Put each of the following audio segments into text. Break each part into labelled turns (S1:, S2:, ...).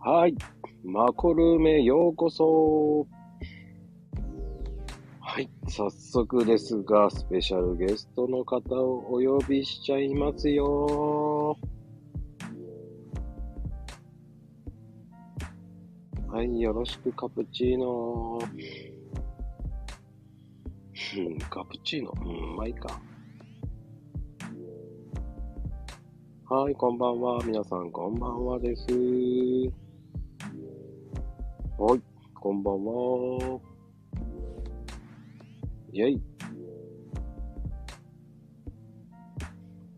S1: はい。マコルーメようこそ。はい。早速ですが、スペシャルゲストの方をお呼びしちゃいますよ。はい。よろしく、カプチーノ。うん、カプチーノ。うん、まあいいか。はい、こんばんは。皆さん、こんばんはです。はい、こんばんは。イェイ。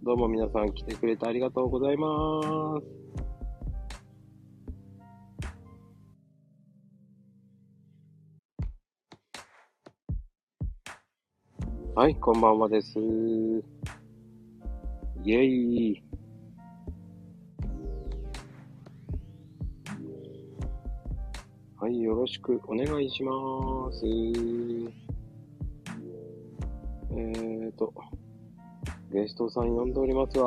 S1: どうも皆さん来てくれてありがとうございます。はい、こんばんはです。イェイ。はい、よろしくお願いします。えーと、ゲストさん呼んでおりますが、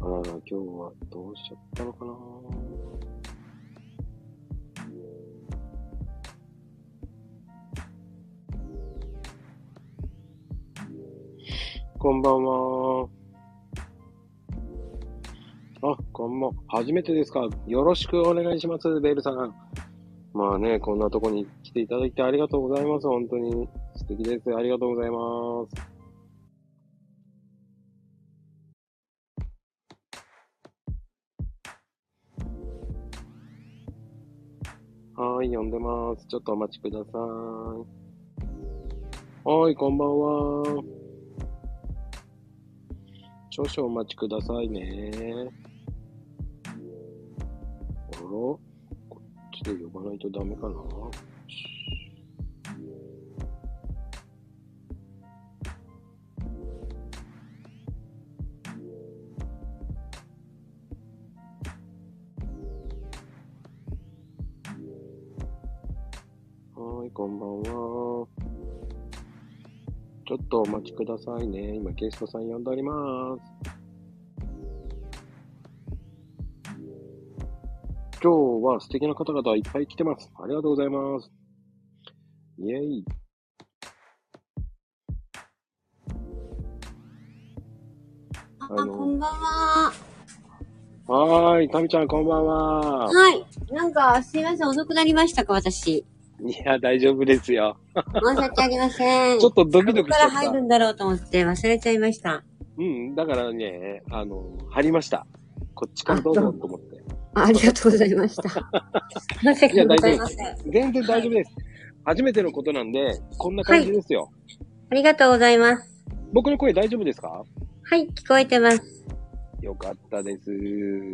S1: あらら、今日はどうしちゃったのかなこんばんは。あ、こんばんは。初めてですか。よろしくお願いします、ベールさん。まあね、こんなとこに来ていただいてありがとうございます。本当に素敵です。ありがとうございます。はーい、呼んでます。ちょっとお待ちください。はーい、こんばんは。少々お待ちくださいね。あらこっちで呼ばないとダメかなはーい、こんばんは。ちょっとお待ちくださいね。今、ゲストさん呼んでおります。今日は素敵な方々いっぱい来てます。ありがとうございます。イェイ。
S2: あ、
S1: あの
S2: こんばんは。
S1: はーい、タミちゃんこんばんは。
S2: はい。なんか、すいません、遅くなりましたか、私。
S1: いや、大丈夫ですよ。
S2: 申し訳ありません。
S1: ちょっとドキド
S2: どこ
S1: キし
S2: か
S1: ちゃ
S2: ら
S1: っ
S2: 入
S1: た
S2: る。んだろうと思って忘れちゃいました。
S1: うん、だからね、あの、張りました。こっちからどうぞと思って。
S2: あありがとうございました。申し訳ございません。あ
S1: 全然大丈夫です。初めてのことなんで、こんな感じですよ。
S2: りがとうございます。
S1: 僕の声大丈夫ですか
S2: はい、聞こえてます。
S1: よかったです。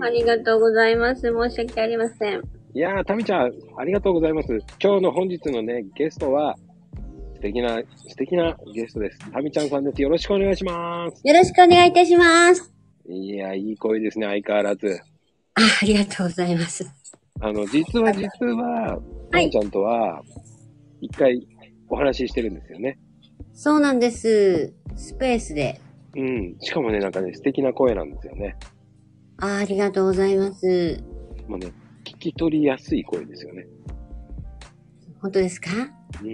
S2: ありがとうございます。申し訳ありません。
S1: いやー、タミちゃん、ありがとうございます。今日の本日のね、ゲストは、素敵な、素敵なゲストです。タミちゃんさんです。よろしくお願いします。
S2: よろしくお願いいたします。
S1: いやー、いい声ですね、相変わらず。
S2: あ、ありがとうございます。
S1: あの、実は実は、タミちゃんとは、一回お話ししてるんですよね。
S2: そうなんです。スペースで。
S1: うん。しかもね、なんかね、素敵な声なんですよね。
S2: あ、ありがとうございます。
S1: もうね、聞き取りやすい声ですよね。
S2: 本当ですか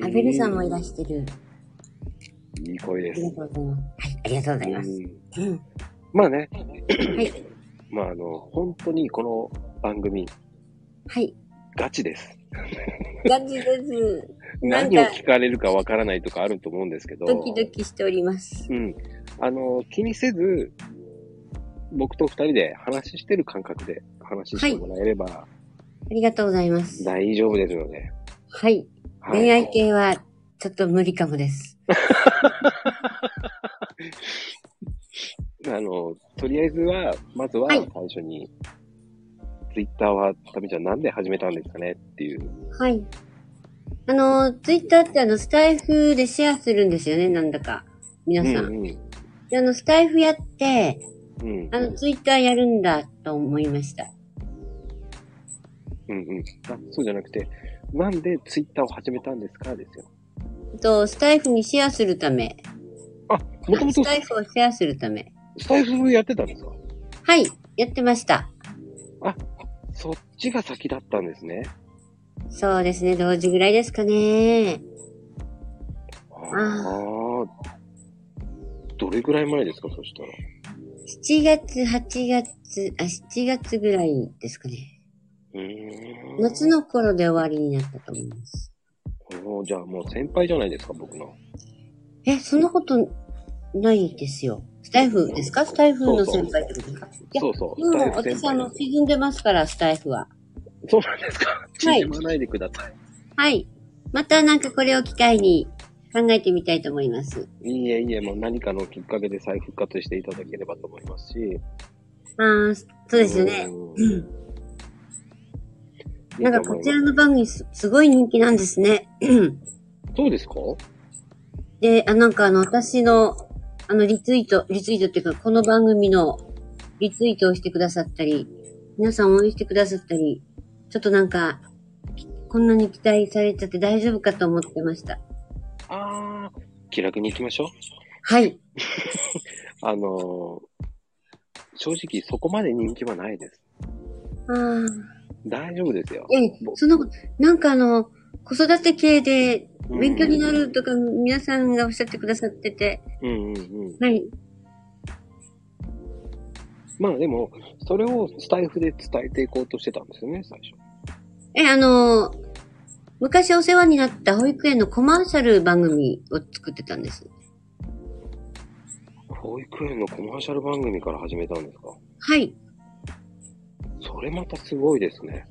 S2: アベルさんもいらしてる。
S1: いい声で
S2: あり
S1: す。
S2: がとうございます。はい、ありがとうございます。
S1: うんまあね、
S2: はい。
S1: まああの、本当にこの番組、
S2: はい。
S1: ガチです。
S2: 感じです。なんか
S1: 何を聞かれるかわからないとかあると思うんですけど、
S2: ドキドキしております。
S1: うん。あの、気にせず、僕と二人で話してる感覚で話してもらえれば
S2: ありがとうございます。
S1: 大丈夫ですので。
S2: はい。
S1: はい
S2: 恋愛系は、ちょっと無理かもです。
S1: あの、とりあえずは、まずは
S2: は
S1: 最
S2: い
S1: 初に、ツイッターは、たみちゃんなんで始めたんですかねっていう。
S2: はい。あの、ツイッターってあの、スタイフでシェアするんですよね、なんだか。皆さん。
S1: うんうん
S2: であの、スタイフやって、
S1: うん
S2: あの、ツイッターやるんだと思いました。
S1: うんうんあそうじゃなくて、なんでツイッターを始めたんですかですよ。
S2: あと、スタイフにシェアするため。
S1: もともと
S2: スタイフをシェアするため。
S1: スタイフやってたんですか
S2: はい。やってました。
S1: あそっちが先だったんですね。
S2: そうですね、同時ぐらいですかね。
S1: ああ。どれぐらい前ですか、そしたら。
S2: 7月、8月、あ、7月ぐらいですかね。
S1: うーん。
S2: 夏の頃で終わりになったと思います。
S1: おーじゃあもう先輩じゃないですか、僕の。
S2: え、そんなことないですよ。スタイフですかスタイフの先輩ってことですかいや
S1: そうそう。
S2: もう
S1: スタイフ先
S2: 私あ
S1: 輩
S2: の、
S1: です
S2: 沈んでますから、スタイフは。
S1: そうなんですか。
S2: はい
S1: 縮まないでください。
S2: はい。またなんかこれを機会に考えてみたいと思います。
S1: い、いえいえ、もう何かのきっかけで再復活していただければと思いますし。
S2: あーそうですよね。
S1: うん。いいと思い
S2: なん
S1: ま
S2: か
S1: す
S2: こちらの番組すすごい人気なんですね。
S1: そうですか
S2: で、あ、なんかあの、私の、あの、リツイート、リツイートっていうか、この番組のリツイートをしてくださったり、皆さん応援してくださったり、ちょっとなんか、こんなに期待されちゃって大丈夫かと思ってました。
S1: ああ。気楽に行きましょう。
S2: はい。
S1: あのー正直そこまで人気はないです。
S2: ああ。
S1: 大丈夫ですよ。
S2: ええ、その、なんかあの、子育て系で
S1: うん
S2: 勉強になるとか、皆さんがおっしゃってくださってて、
S1: うんうんうん。
S2: はい。
S1: まあでも、それをスタイフで伝えていこうとしてたんですよね、最初。
S2: え、あの、昔お世話になった保育園のコマーシャル番組を作ってたんです。
S1: 保育園のコマーシャル番組から始めたんですか
S2: はい。
S1: それまたすごいですね。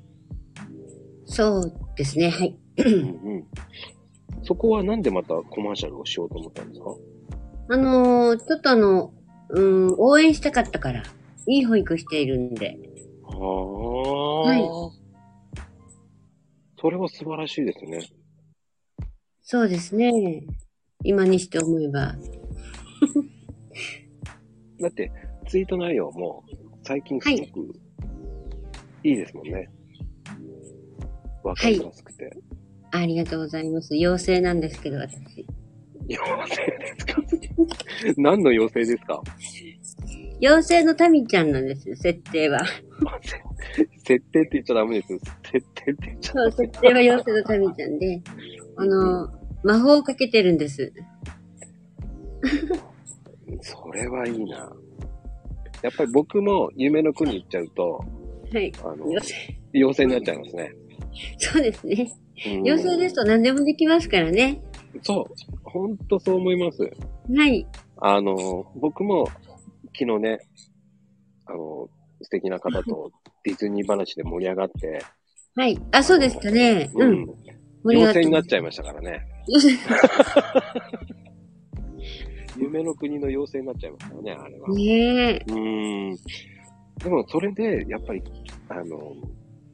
S2: そうですね、はい。
S1: うんうん。そこはなんでまたコマーシャルをしようと思ったんですか
S2: あのーちょっとあの、うん、応援したかったから、いい保育しているんで。
S1: ああ。
S2: はい
S1: それは素晴らしいですね。
S2: そうですね。今にして思えば。
S1: だって、ツイート内容も最近すごくいいですもんね。わ、かりやすくて。
S2: ありがとうございます。妖精なんですけど、私。
S1: 妖精ですか 何の妖精ですか
S2: 妖精のタミちゃんなんですよ、設定は。
S1: 設定って言っちゃダメですよ。設定って言っちゃ
S2: そう、設定は妖精のタミちゃんで、あのー魔法をかけてるんです。
S1: それはいいな。やっぱり僕も夢の国行っちゃうと、
S2: はい。
S1: あの、
S2: 妖精。
S1: 妖精になっちゃいますね。
S2: そうですね。
S1: うん
S2: 妖精ですと何でもできますからね。
S1: そう。ほんとそう思います。
S2: はい。
S1: あの、僕も昨日ね、あの、素敵な方とディズニー話で盛り上がって、
S2: はい。あ、そうですかね。うん。盛り上
S1: 妖
S2: がって
S1: 精にな
S2: ま
S1: っ
S2: す。
S1: ちゃいましたから ね。夢の国の妖精になっちゃいましたね、あれは。
S2: ねえ。
S1: うーん。でも、それで、やっぱり、あの、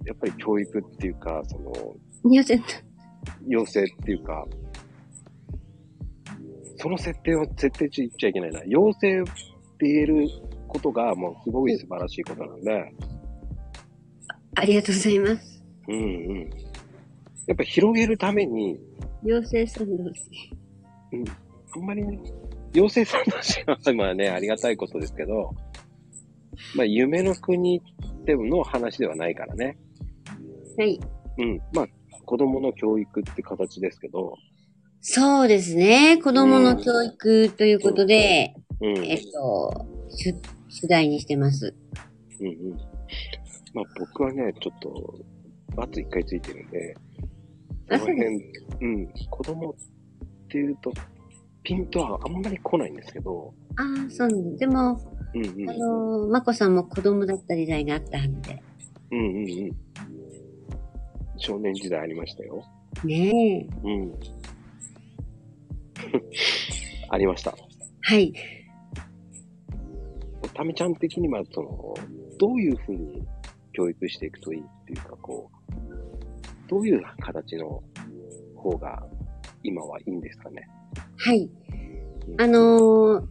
S1: やっぱり教育っていうか、その、
S2: 妖精
S1: 要請っていうか、その設定は設定値言っちゃいけないな。要請って言えることがもうすごい素晴らしいことなんで、
S2: ありがとうございます。
S1: うんうん。やっぱ広げるために、
S2: 妖精さんです。
S1: あんまりね、要請さんとしては、まあね、ありがたいことですけど、まあ夢の国での話ではないからね。
S2: はい。
S1: うん。まあ、子供の教育って形ですけど、
S2: そうですね。子供の教育ということで、
S1: うん。
S2: えっと、主主題にしてます。
S1: うんうん。まあ僕はね、ちょっと、バツ一回ついてるんで、
S2: あ
S1: その辺、うん、子供っていうと、ピントはあんまり来ないんですけど、
S2: ああ、そうなんです。でも、
S1: うんうん。う
S2: あ
S1: ん
S2: のー、まこさんも子供だった時代があったはずで。
S1: うんうん。少年時代ありましたよ。
S2: ねえ。
S1: うん。 ありました。
S2: はい。
S1: タミちゃん的には、その、どういうふうに教育していくといいっていうか、こう、どういう形の方が今はいいんですかね。
S2: はい。あのー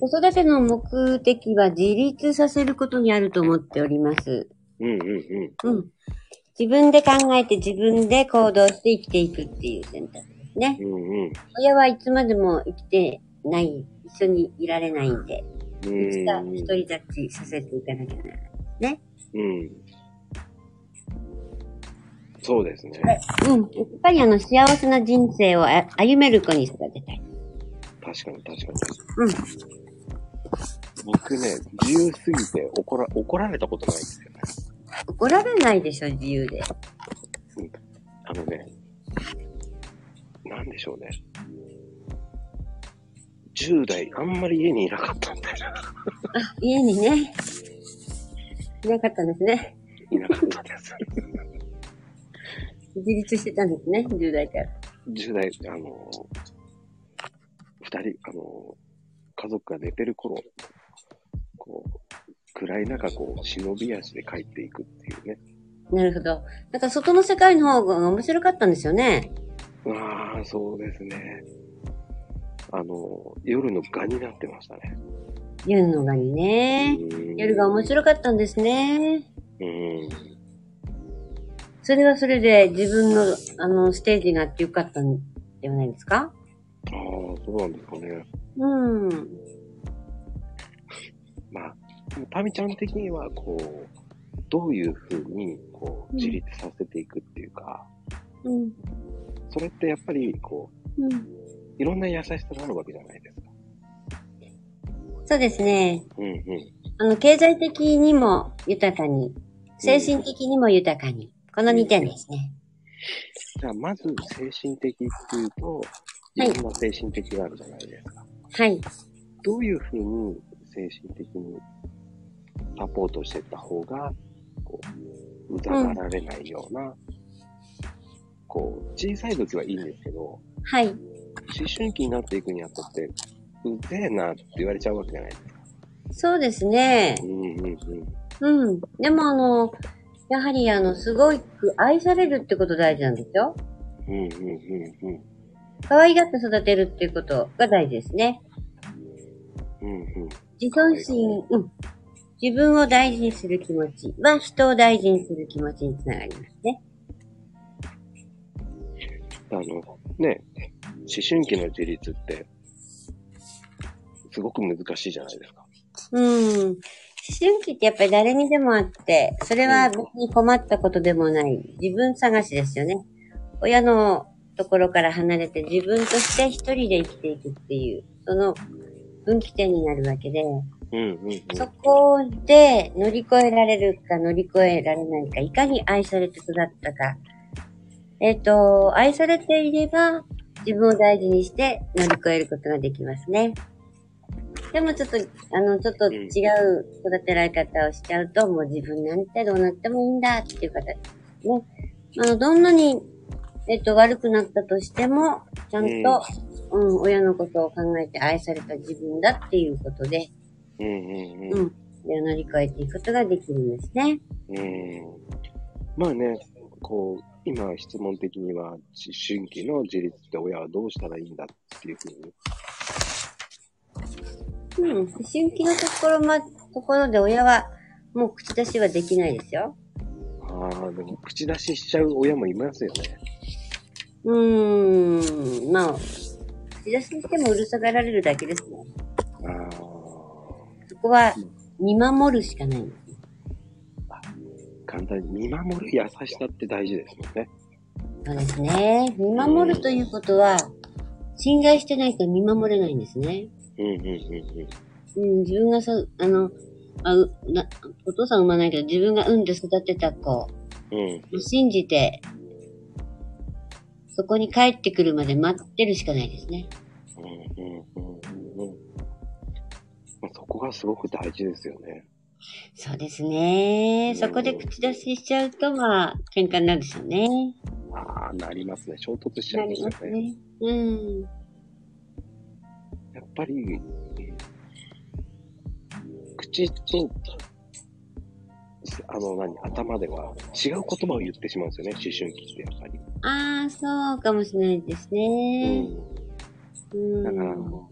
S2: 子育ての目的は自立させることにあると思っております。
S1: うんうんうん。
S2: うん。自分で考えて自分で行動して生きていくっていう選択ですね。
S1: うんうん。
S2: 親はいつまでも生きてない、一緒にいられないんで、
S1: う
S2: いつか
S1: ん
S2: 一人立ちさせていかなきゃならない。ね。
S1: うん。そうですね。
S2: うん。やっぱりあの、幸せな人生をあ歩める子に育てたい。
S1: 確かに確かに。
S2: うん。
S1: 僕ね、自由すぎて怒ら、怒られたことないんですよね。
S2: 怒られないでしょ、自由で。
S1: あのね、なんでしょうね。10代、あんまり家にいなかったんだよな。
S2: 家にね、いなかったんですね。
S1: いなかったです。
S2: 自立してたんですね、10代から。
S1: 10代、あの、二人、あの、家族が寝てる頃、こう、暗い中、こう、忍び足で帰っていくっていうね。
S2: なるほど。なんか外の世界の方が面白かったんですよね。
S1: ああ、そうですね。あの、夜の蛾になってましたね。
S2: 夜のがにね。夜が面
S1: い。
S2: 白かったんですね。
S1: うん。
S2: それはそれで自分の、あの、ステージがあってよかったんではないですか
S1: ああ、そうなんですかね。
S2: うん。
S1: まあ、でもタミちゃん的には、こう、どういうふうに、こう、
S2: うん
S1: 自立させていくっていうか、
S2: うん。
S1: それってやっぱり、こう、
S2: うん。
S1: いろんな優しさがあるわけじゃないですか。
S2: そうですね。
S1: うんうん。
S2: あの、経済的にも豊かに、精神的にも豊かに。この2点ですね。
S1: じゃあ、まず、精神的っていうと、い
S2: はい
S1: ろんな精神的があるじゃないですか。
S2: はい。
S1: どういうふうに、精神的にサポートしていった方が、こう、疑われないような、こう、小さい時はいいんですけど、
S2: はい。
S1: 思春期になっていくにあたって、うぜえなって言われちゃうわけじゃないですか。
S2: そうですね。
S1: うんうんうん。
S2: うん。でもあの、やはりあの、すごく愛されるってこと大事なんですよ。
S1: うんうんうんうん。
S2: 可愛がって育てるっていうことが大事ですね。
S1: うんうん。
S2: 自尊心、うん。自分を大事にする気持ちは人を大事にする気持ちにつながりますね。
S1: あの、ね、思春期の自立って、すごく難しいじゃないですか。
S2: うん。思春期ってやっぱり誰にでもあって、それは別に困ったことでもない。自分探しですよね。親のところから離れて自分として一人で生きていくっていう、その分岐点になるわけで、
S1: うんうん、うん。
S2: そこで乗り越えられるか乗り越えられないか、いかに愛されて育ったか。えっ、と、愛されていれば、自分を大事にして乗り越えることができますね。でもちょっと、あの、ちょっと違う育てられ方をしちゃうと、もう自分なんてどうなってもいいんだっていう方ですね。あの、どんなに、えっ、と、悪くなったとしても、ちゃんと、うん、親のことを考えて愛された自分だっていうことで、
S1: うんうんう。
S2: うんん。乗り越えていくことができるんですね。
S1: うん。まあね、こう、今質問的には、思春期の自立って親はどうしたらいいんだっていうふうに。
S2: うん。思春期のところま、ところで親は、もう口出しはできないですよ。
S1: ああ、でも口出ししちゃう親もいますよね。
S2: うーん。まあ、口出しにしてもうるさがられるだけですね。
S1: ああ。
S2: そこは、見守るしかないんです。
S1: 簡単に見守る優しさって大事ですもんね。
S2: そうですね。見守るということは、侵害してないと見守れないんですね。
S1: うんうんうんうん。
S2: うん、自分がさ、あの、あうなお父さん産まないけど、自分が産んで育てた子、
S1: うん。
S2: 信じて、そこに帰ってくるまで待ってるしかないですね。
S1: うんうんうんうんうんまあそこがすごく大事ですよね。
S2: そうですね。そこで口出ししちゃうと、まあ、喧嘩になるでしょうね。
S1: ああ、なりますね。衝突しちゃ
S2: な
S1: うんで
S2: り
S1: すよ
S2: ます
S1: ね。
S2: ね。うん。
S1: やっぱり、口と、あの、何、頭では違う言葉を言ってしまうんですよね。思春期ってやっぱり。
S2: ああ、そうかもしれないですね。う
S1: だから、
S2: ん。
S1: 本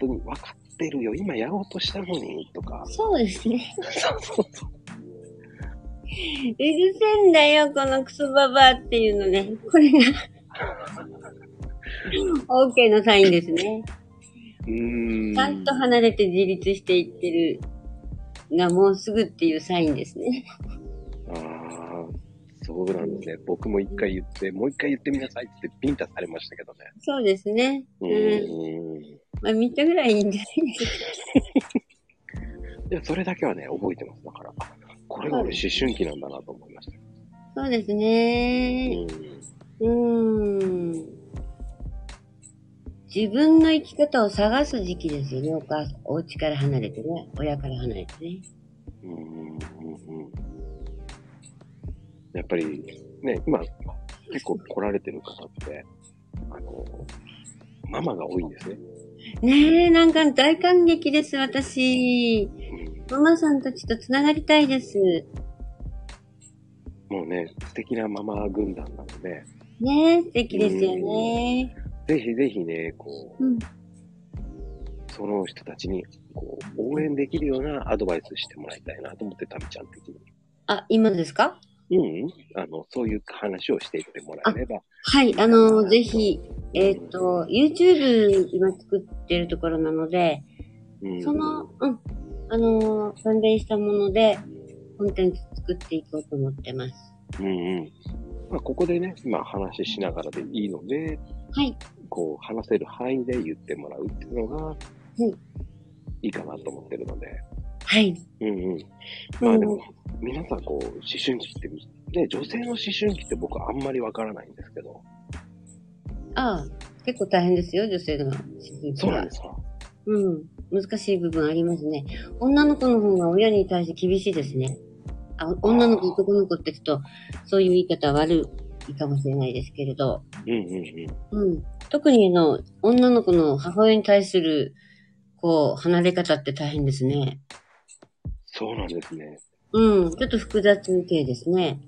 S1: 当に分かってるよ。今やろうとしたのに、とか。
S2: そうですね。
S1: そうそうそう。
S2: うるせえんだよ、このクソババアっていうのね。これが、OK のサインですね。
S1: うーん。
S2: ちゃんと離れて自立していってるがもうすぐっていうサインですね。
S1: ああ、そうなんですね。僕も一回言って、もう一回言ってみなさいってビンタされましたけどね。
S2: そうですね。
S1: う
S2: うん。
S1: ん。
S2: まあ、3日ぐらいいいんじゃないですか。
S1: でもそれだけはね、覚えてます。だから、あこれが俺思春期なんだなと思いました。
S2: そうです
S1: う
S2: ね。
S1: ん。
S2: うーん。自分の生き方を探す時期ですよね。お母さん、お家から離れてね。親から離れてね。
S1: うんうんうんうんやっぱり、ね、今、結構来られてる方って、あの、ママが多いんですね。
S2: ねえ、なんか大感激です、私。ママさんたちと繋がりたいです。
S1: うん、もうね、素敵なママ軍団なので、
S2: ねえ、素敵ですよね。
S1: ぜひぜひね、こ
S2: うん。
S1: う、その人たちに、こう、応援できるようなアドバイスしてもらいたいなと思って、タミちゃん的に。
S2: あ、今ですか
S1: うん、うん、あの、そういう話をしていってもらえれば。
S2: はい、あの、ぜひ、えっ、と、YouTube 今作ってるところなので、
S1: うん、
S2: その、うん、あの、関連したもので、コンテンツ作っていこうと思ってます。
S1: うんうん。まあ、ここでね、今話ししながらでいいので、
S2: はい。
S1: こう、話せる範囲で言ってもらうっていうのが、
S2: うん
S1: いいかなと思ってるので。
S2: はい。
S1: うんうん。まあで
S2: う
S1: も
S2: ん、
S1: 皆さんこう、思春期って、ね、女性の思春期って僕はあんまりわからないんですけど、
S2: ああ、結構大変ですよ、女性の。
S1: そうなんですか
S2: うん。難しい部分ありますね。女の子の方が親に対して厳しいですね。あ女の子、
S1: あー
S2: 男の子ってちょっと、そういう言い方は悪いかもしれないですけれど。
S1: うんうんうん。
S2: うん。特にあの、女の子の母親に対する、こう、離れ方って大変ですね。
S1: そうなんですね。
S2: うん。ちょっと複雑系ですね。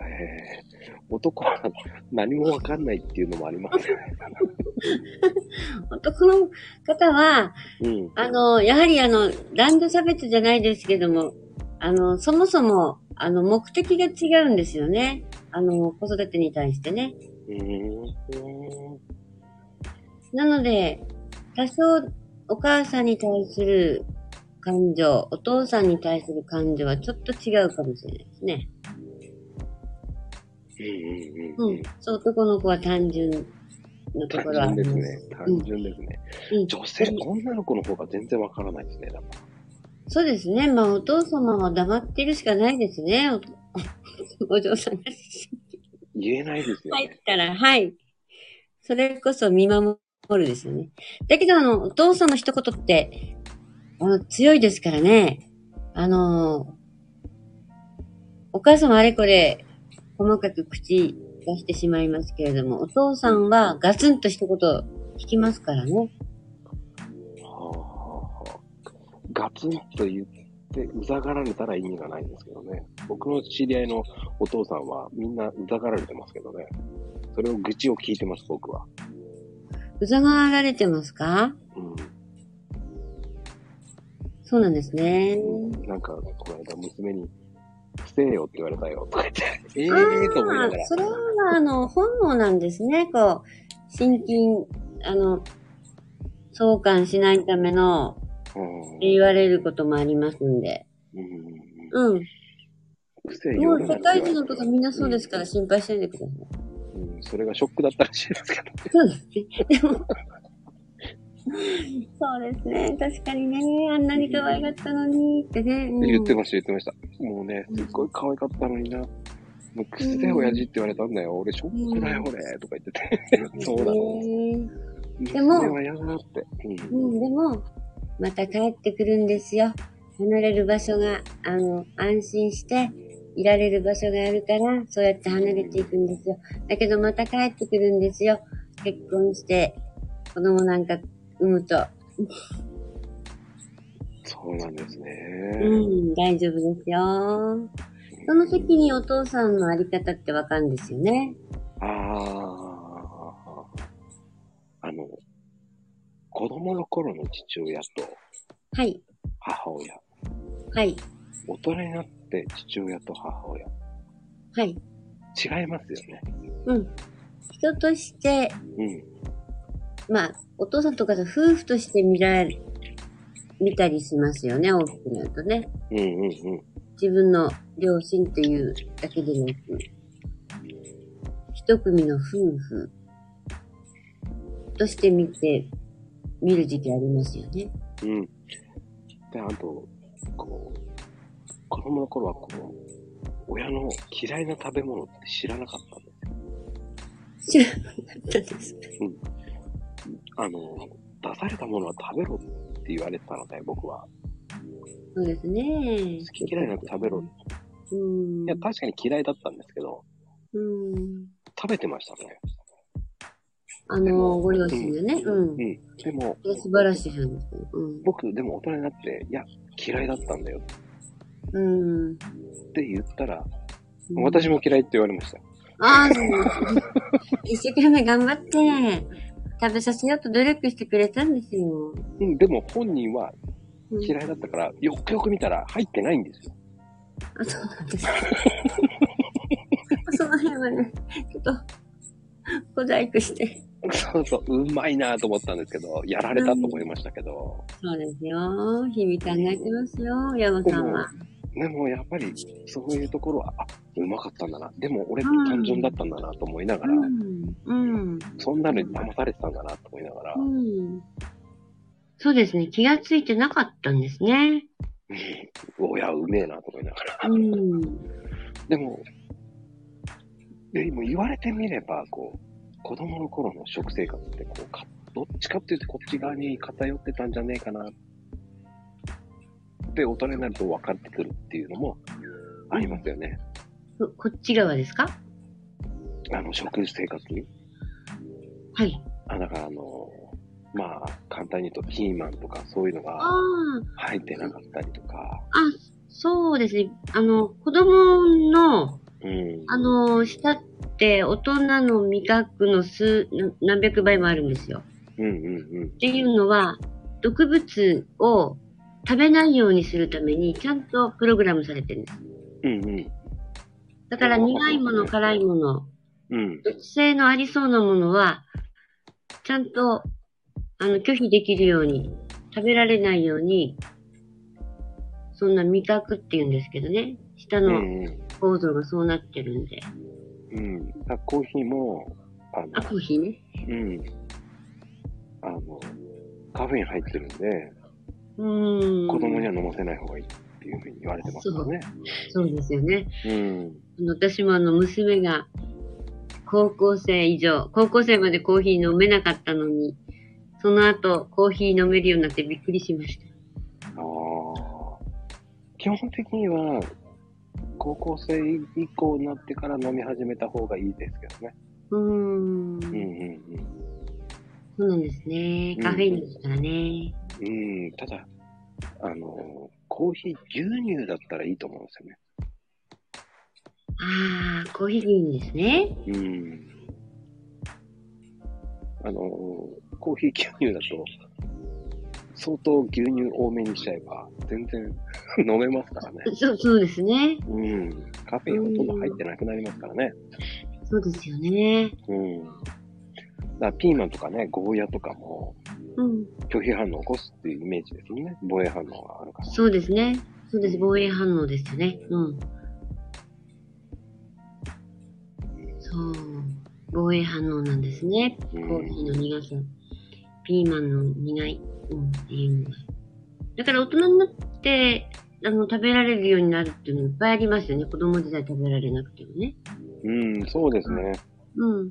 S1: へえ男は何もわかんないっていうのもありますよね。
S2: 男の方は、
S1: うん。
S2: あの、やはりあの、男女差別じゃないですけども、あの、そもそも、あの、目的が違うんですよね。あの、子育てに対してね。
S1: うん。
S2: なので、多少お母さんに対する感情、お父さんに対する感情はちょっと違うかもしれないですね。
S1: うんうんう
S2: うんん。。そう、男の子は単純のところはあ
S1: 単純で
S2: り
S1: すね
S2: ます。。
S1: 単純ですね。
S2: うん
S1: 女性、女の子の方が全然わからないですね。だか
S2: そうですね。まあ、お父様は黙ってるしかないですね。おお 嬢さんが
S1: ら言えないですよ
S2: 入っ
S1: ね。
S2: たら、はい。それこそ見守るですよね。だけど、あの、お父さんの一言って、あの、強いですからね。あの、お母様あれこれ、細かく口出してしまいますけれども、お父さんはガツンと一言聞きますからね。
S1: はあはあはあガツンと言って、うざがられたら意味がないんですけどね。僕の知り合いのお父さんはみんなうざがられてますけどね。それを愚痴を聞いてます、僕は。
S2: うざがられてますか
S1: うん。
S2: そうなんですね。
S1: なんか、この間娘に、伏せよって言われたよ、とか言って、 ええ
S2: あ
S1: ーと思いなが
S2: あ、
S1: ら。
S2: それは、あの、本能なんですね。こう、心筋、あの、相関しないための、
S1: うん。
S2: 言われることもありますんで。
S1: うん。
S2: うん。
S1: 癖
S2: も
S1: よ
S2: う、社会人のことみんなそうですから心配しないでください。
S1: うんそれがショックだったらしいですけど。
S2: そうですね。でも、そうですね。確かにね、あんなに可愛がったのに、ってね。うん
S1: 言ってました、言ってました。もうね、すっごい可愛かったのにな。もう、くせで親父って言われたんだよ。俺、ショックだよ、俺。とか言ってて。そうだろ
S2: ね
S1: う。
S2: でも
S1: 娘は嫌だって。う。
S2: うんん、でも、また帰ってくるんですよ。離れる場所が、あの、安心して、いられる場所があるから、そうやって離れていくんですよ。だけどまた帰ってくるんですよ。結婚して、子供なんか産むと。
S1: そうなんですね。
S2: うん、大丈夫ですよ。その時にお父さんのあり方ってわかるんですよね。
S1: ああ。あの、子供の頃の父親と
S2: はい、
S1: 母親。
S2: はい、
S1: 大人になって父親と母親。
S2: はい。
S1: 違いますよね。
S2: うん。人として、
S1: うん。
S2: まあ、お父さんとかと夫婦として見られ見たりしますよね、大きくなるとね。
S1: うんうんうん。
S2: 自分の両親っていうだけでなく、一組の夫婦として見て、見る時期ありますよ ね。
S1: うん。で、あと、こう、子供の頃はこう、親の嫌いな食べ物って知らなかったんで
S2: 知らなかったです。
S1: あの、出されたものは食べろって言われてたので、僕は。
S2: そうですね。
S1: 好き嫌いなく食べろ。
S2: うん。
S1: いや、確かに嫌いだったんですけど、
S2: うん。
S1: 食べてましたね。
S2: あの、ご両親でね。うん。
S1: うん。でも、
S2: それ素晴らしいじゃないですか。うん。
S1: 僕、でも大人になって、いや、嫌いだったんだよ
S2: うん。
S1: って言ったら、私も嫌いって言われました。
S2: ああ、そうなんですね 一生懸命頑張って、食べさせようと努力してくれたんですよ。
S1: うん、でも本人は
S2: うん
S1: 嫌いだったから、よくよく見たら入ってないんですよ。
S2: あ、そうなんですね。 その辺はね、ちょっと、小細工して。
S1: そうそう、うまいなと思ったんですけど、やられたと思いましたけど、
S2: そうですよ。日々考えてますよ、山さんは。
S1: でもやっぱりそういうところは、あ、うまかったんだな。でも俺
S2: うん
S1: 単純だったんだなと思いなが
S2: う
S1: ら、
S2: ん。うん。
S1: そんなのに騙されてたんだなと思いながら、
S2: うん。そうですね。気がついてなかったんですね。
S1: おや、うめえなと思いながら。
S2: うん。
S1: でも、でも言われてみれば、こう、子供の頃の食生活って、こうか、どっちかっていうとこっち側に偏ってたんじゃねえかな。で、大人になると分かってくるっていうのもありますよね。
S2: ここっち側ですか
S1: あの、食生活に。
S2: はい。
S1: あ、だからあの、まあ、簡単に言うとピーマンとかそういうの
S2: あ
S1: が
S2: あ。
S1: 入ってなかったりとか。
S2: そうですね。あの、子供の、
S1: うん。
S2: あの、舌って大人の味覚の数、な何百倍もあるんですよ。
S1: うんうんうん。
S2: っていうのは、毒物を食べないようにするために、ちゃんとプログラムされてるんです。
S1: うんうん。
S2: だから
S1: そう
S2: 苦いもの、辛いもの、
S1: うん。
S2: 毒性のありそうなものは、ちゃんと、あの、拒否できるように、食べられないように、そんな味覚って言うんですけどね。舌
S1: う
S2: の
S1: んうん。
S2: 構造がそうなってるんで。
S1: うん。だからコーヒーも、あの
S2: あ、、コーヒーね。
S1: うん。あの、カフェイン入ってるんで、
S2: うーん。
S1: 子供には飲ませない方がいいっていうふうに言われてますからね。
S2: そうですよね。
S1: うん。
S2: あの私もあの、娘が、高校生以上、高校生までコーヒー飲めなかったのに、その後、コーヒー飲めるようになってびっくりしました。
S1: ああ。基本的には、高校生以降になってから飲み始めた方がいいですけどね。
S2: うー
S1: うん
S2: ん。そうなんですね。カフェインですからね。
S1: うんうん。うん。ただ、あの、コーヒー牛乳だったらいいと思うんですよね。
S2: あー、コーヒーいいんですね。
S1: うん。あの、コーヒー牛乳だと、相当牛乳多めにしちゃえば、全然 飲めますからね。
S2: そう、そうですね。
S1: うん。カフェインほとんど入ってなくなりますからね。
S2: そうですよね。
S1: うん。だからピーマンとかね、ゴーヤとかも、
S2: うん。
S1: 拒否反応を起こすっていうイメージですね。防衛反応があるから。
S2: そうですね。そうです。防衛反応ですよね。うん。そう。防衛反応なんですね。
S1: う
S2: コーヒー
S1: ん。
S2: の苦さ、ピーマンの苦い、うん、っていうのが。だから大人になって、あの、食べられるようになるっていうのいっぱいありますよね。子供時代食べられなくてもね。
S1: うん、そうですね。
S2: うん。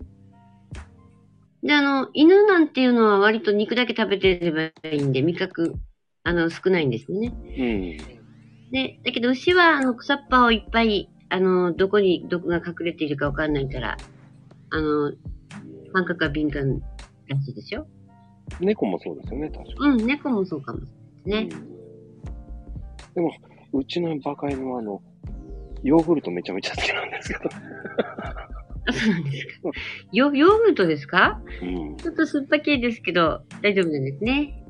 S2: で、あの、犬なんていうのは割と肉だけ食べてればいいんで、味覚、あの、少ないんですよね。
S1: うん。
S2: で、だけど牛は、あの、草っぱをいっぱい、あの、どこに毒が隠れているかわかんないから、あの、感覚が敏感らしいですよ。
S1: 猫もそうですよね、確か
S2: うん、猫もそうかもしれない
S1: に。
S2: ですね。
S1: でも、うちのバカ犬はあの、ヨーグルトめちゃめちゃ好きなんですけど。
S2: あそうなんですか。ヨヨーグルトですか
S1: うん。
S2: ちょっと酸っぱ系ですけど、大丈夫なんですね。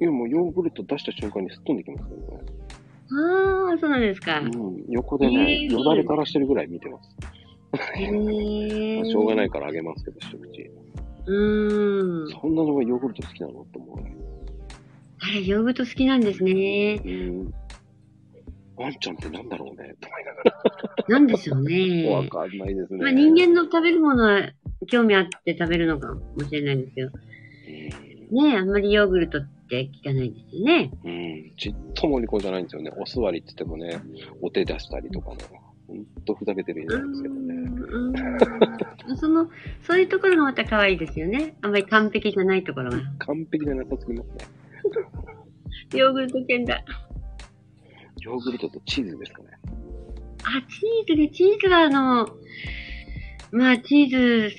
S1: いや、もうヨーグルト出した瞬間にすっ飛んできますけどね。
S2: ああ、そうなんですか。
S1: うん。横でね、
S2: えー
S1: よだれ垂らしてるぐらい見てます。
S2: へえ。。
S1: しょうがないいからあげますけど、一口。
S2: うーん。
S1: そんなにもヨーグルト好きなのと思うね。
S2: あれ、ヨーグルト好きなんですね。
S1: うん。ワンちゃんってなんだろうね、と思いなが
S2: なんでしょう
S1: ら。わ
S2: ね。
S1: かんないですね。
S2: まあ人間の食べるものは興味あって食べるのかもしれないんですけど、ねえ、あんまりヨーグルトって聞かないですよね。
S1: うん。うん。ちっともお利口じゃないんですよね。お座りって言ってもね、お手出したりとかね。ほんとふざけてる犬なんですけどね。
S2: うんその、そういうところがまた可愛いですよね。あんまり完璧じゃないところが。
S1: 完璧ななさすぎますね。
S2: ヨーグルト犬だ。
S1: ヨーグルトとチーズですかね。
S2: あ、チーズね、チーズはあの、まあチーズ、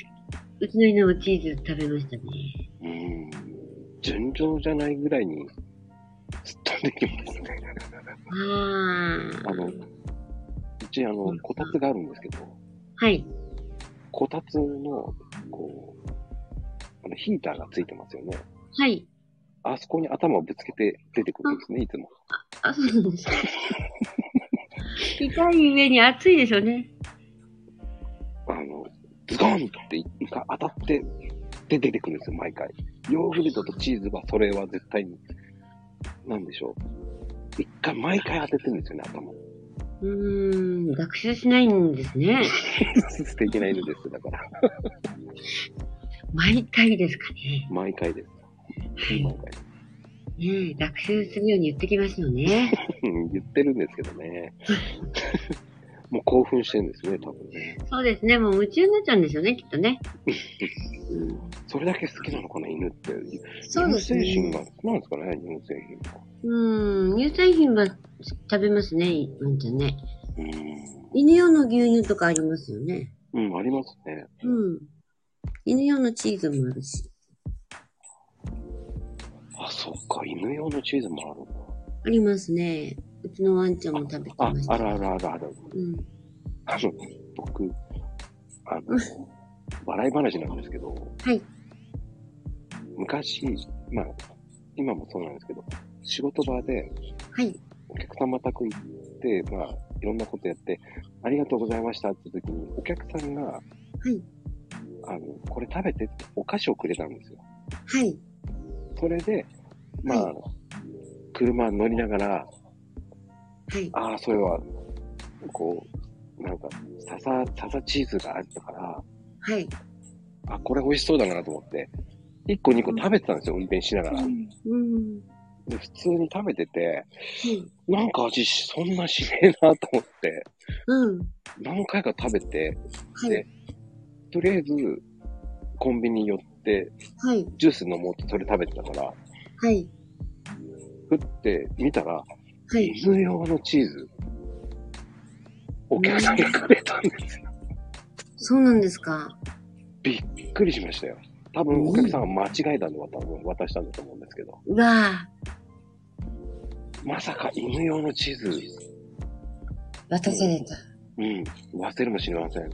S2: うちの犬もチーズ食べましたね。
S1: うん。順調じゃないぐらいに、すっ飛んできますね。
S2: あ
S1: あ
S2: あ。
S1: の、うち、あの、こたつがあるんですけど、
S2: はい。
S1: こたつの、こう、あの、ヒーターがついてますよね。
S2: はい。
S1: あそこに頭をぶつけて出てくるんですね、いつも。
S2: あ、そうなんですか。痛い上に暑いでしょうね。
S1: あの、ズコンって一回当たって、で出てくるんですよ、毎回。ヨーグルトとチーズは、それは絶対に、なんでしょう。一回、毎回当ててるんですよね、頭。
S2: うーん、学習しないんですね。
S1: 素敵な犬です、だから。
S2: 毎回ですかね。
S1: 毎回です。
S2: はい。
S1: 毎回です。
S2: ねえ学習するように言ってきますよね。
S1: うん言ってるんですけどね。もう興奮してるんですね、多分ね。
S2: そうですね。もう夢中になっちゃうんですよね、きっとね。
S1: それだけ好きなのかな、犬って。
S2: そうですね
S1: 乳製品が、なんですかね、乳製品が。
S2: うーん、乳製品は食べますね、ワンちゃんね。
S1: う
S2: 犬用の牛乳とかありますよね。
S1: ん。うん、ありますね。
S2: うん。犬用のチーズもあるし。
S1: あ、そっか、犬用のチーズもあるんだ
S2: ありますね。うちのワンちゃんも食べてまし
S1: あ、あ
S2: た。
S1: るあるあるある。
S2: うん。
S1: あの、僕、あの、笑い話なんですけど、
S2: はい。
S1: 昔、まあ、今もそうなんですけど、仕事場で
S2: はい。
S1: お客様宅行って、まあ、いろんなことやって、ありがとうございましたって時に、お客さんが、
S2: い
S1: あの、これ食べてってお菓子をくれたんですよ。
S2: はい。
S1: それで、まあ、
S2: は
S1: 車乗りながら、
S2: はい。
S1: ああ、それは、こう、なんか、笹、笹チーズがあったから、
S2: はい。
S1: あ、これ美味しそうだなと思って、1個2個食べてたんですよ、運転しながら。
S2: うん。
S1: で、普通に食べてて、
S2: はい。
S1: なんか味し、そんなしねえなと思って、
S2: うん。
S1: 何回か食べて、
S2: はい。
S1: とりあえず、コンビニ寄って、
S2: はい。
S1: ジュース飲もうとそれ食べてたから、
S2: はい。
S1: ふって見たら、
S2: はい。
S1: 犬用のチーズ、お客さんがくれたんですよ。
S2: そうなんですか。
S1: びっくりしましたよ。多分お客さんは間違えたんで渡渡したんだと思うんですけど、
S2: うわぁ。
S1: まさか犬用のチーズ、
S2: 渡された。
S1: うん、忘れもしません。
S2: うん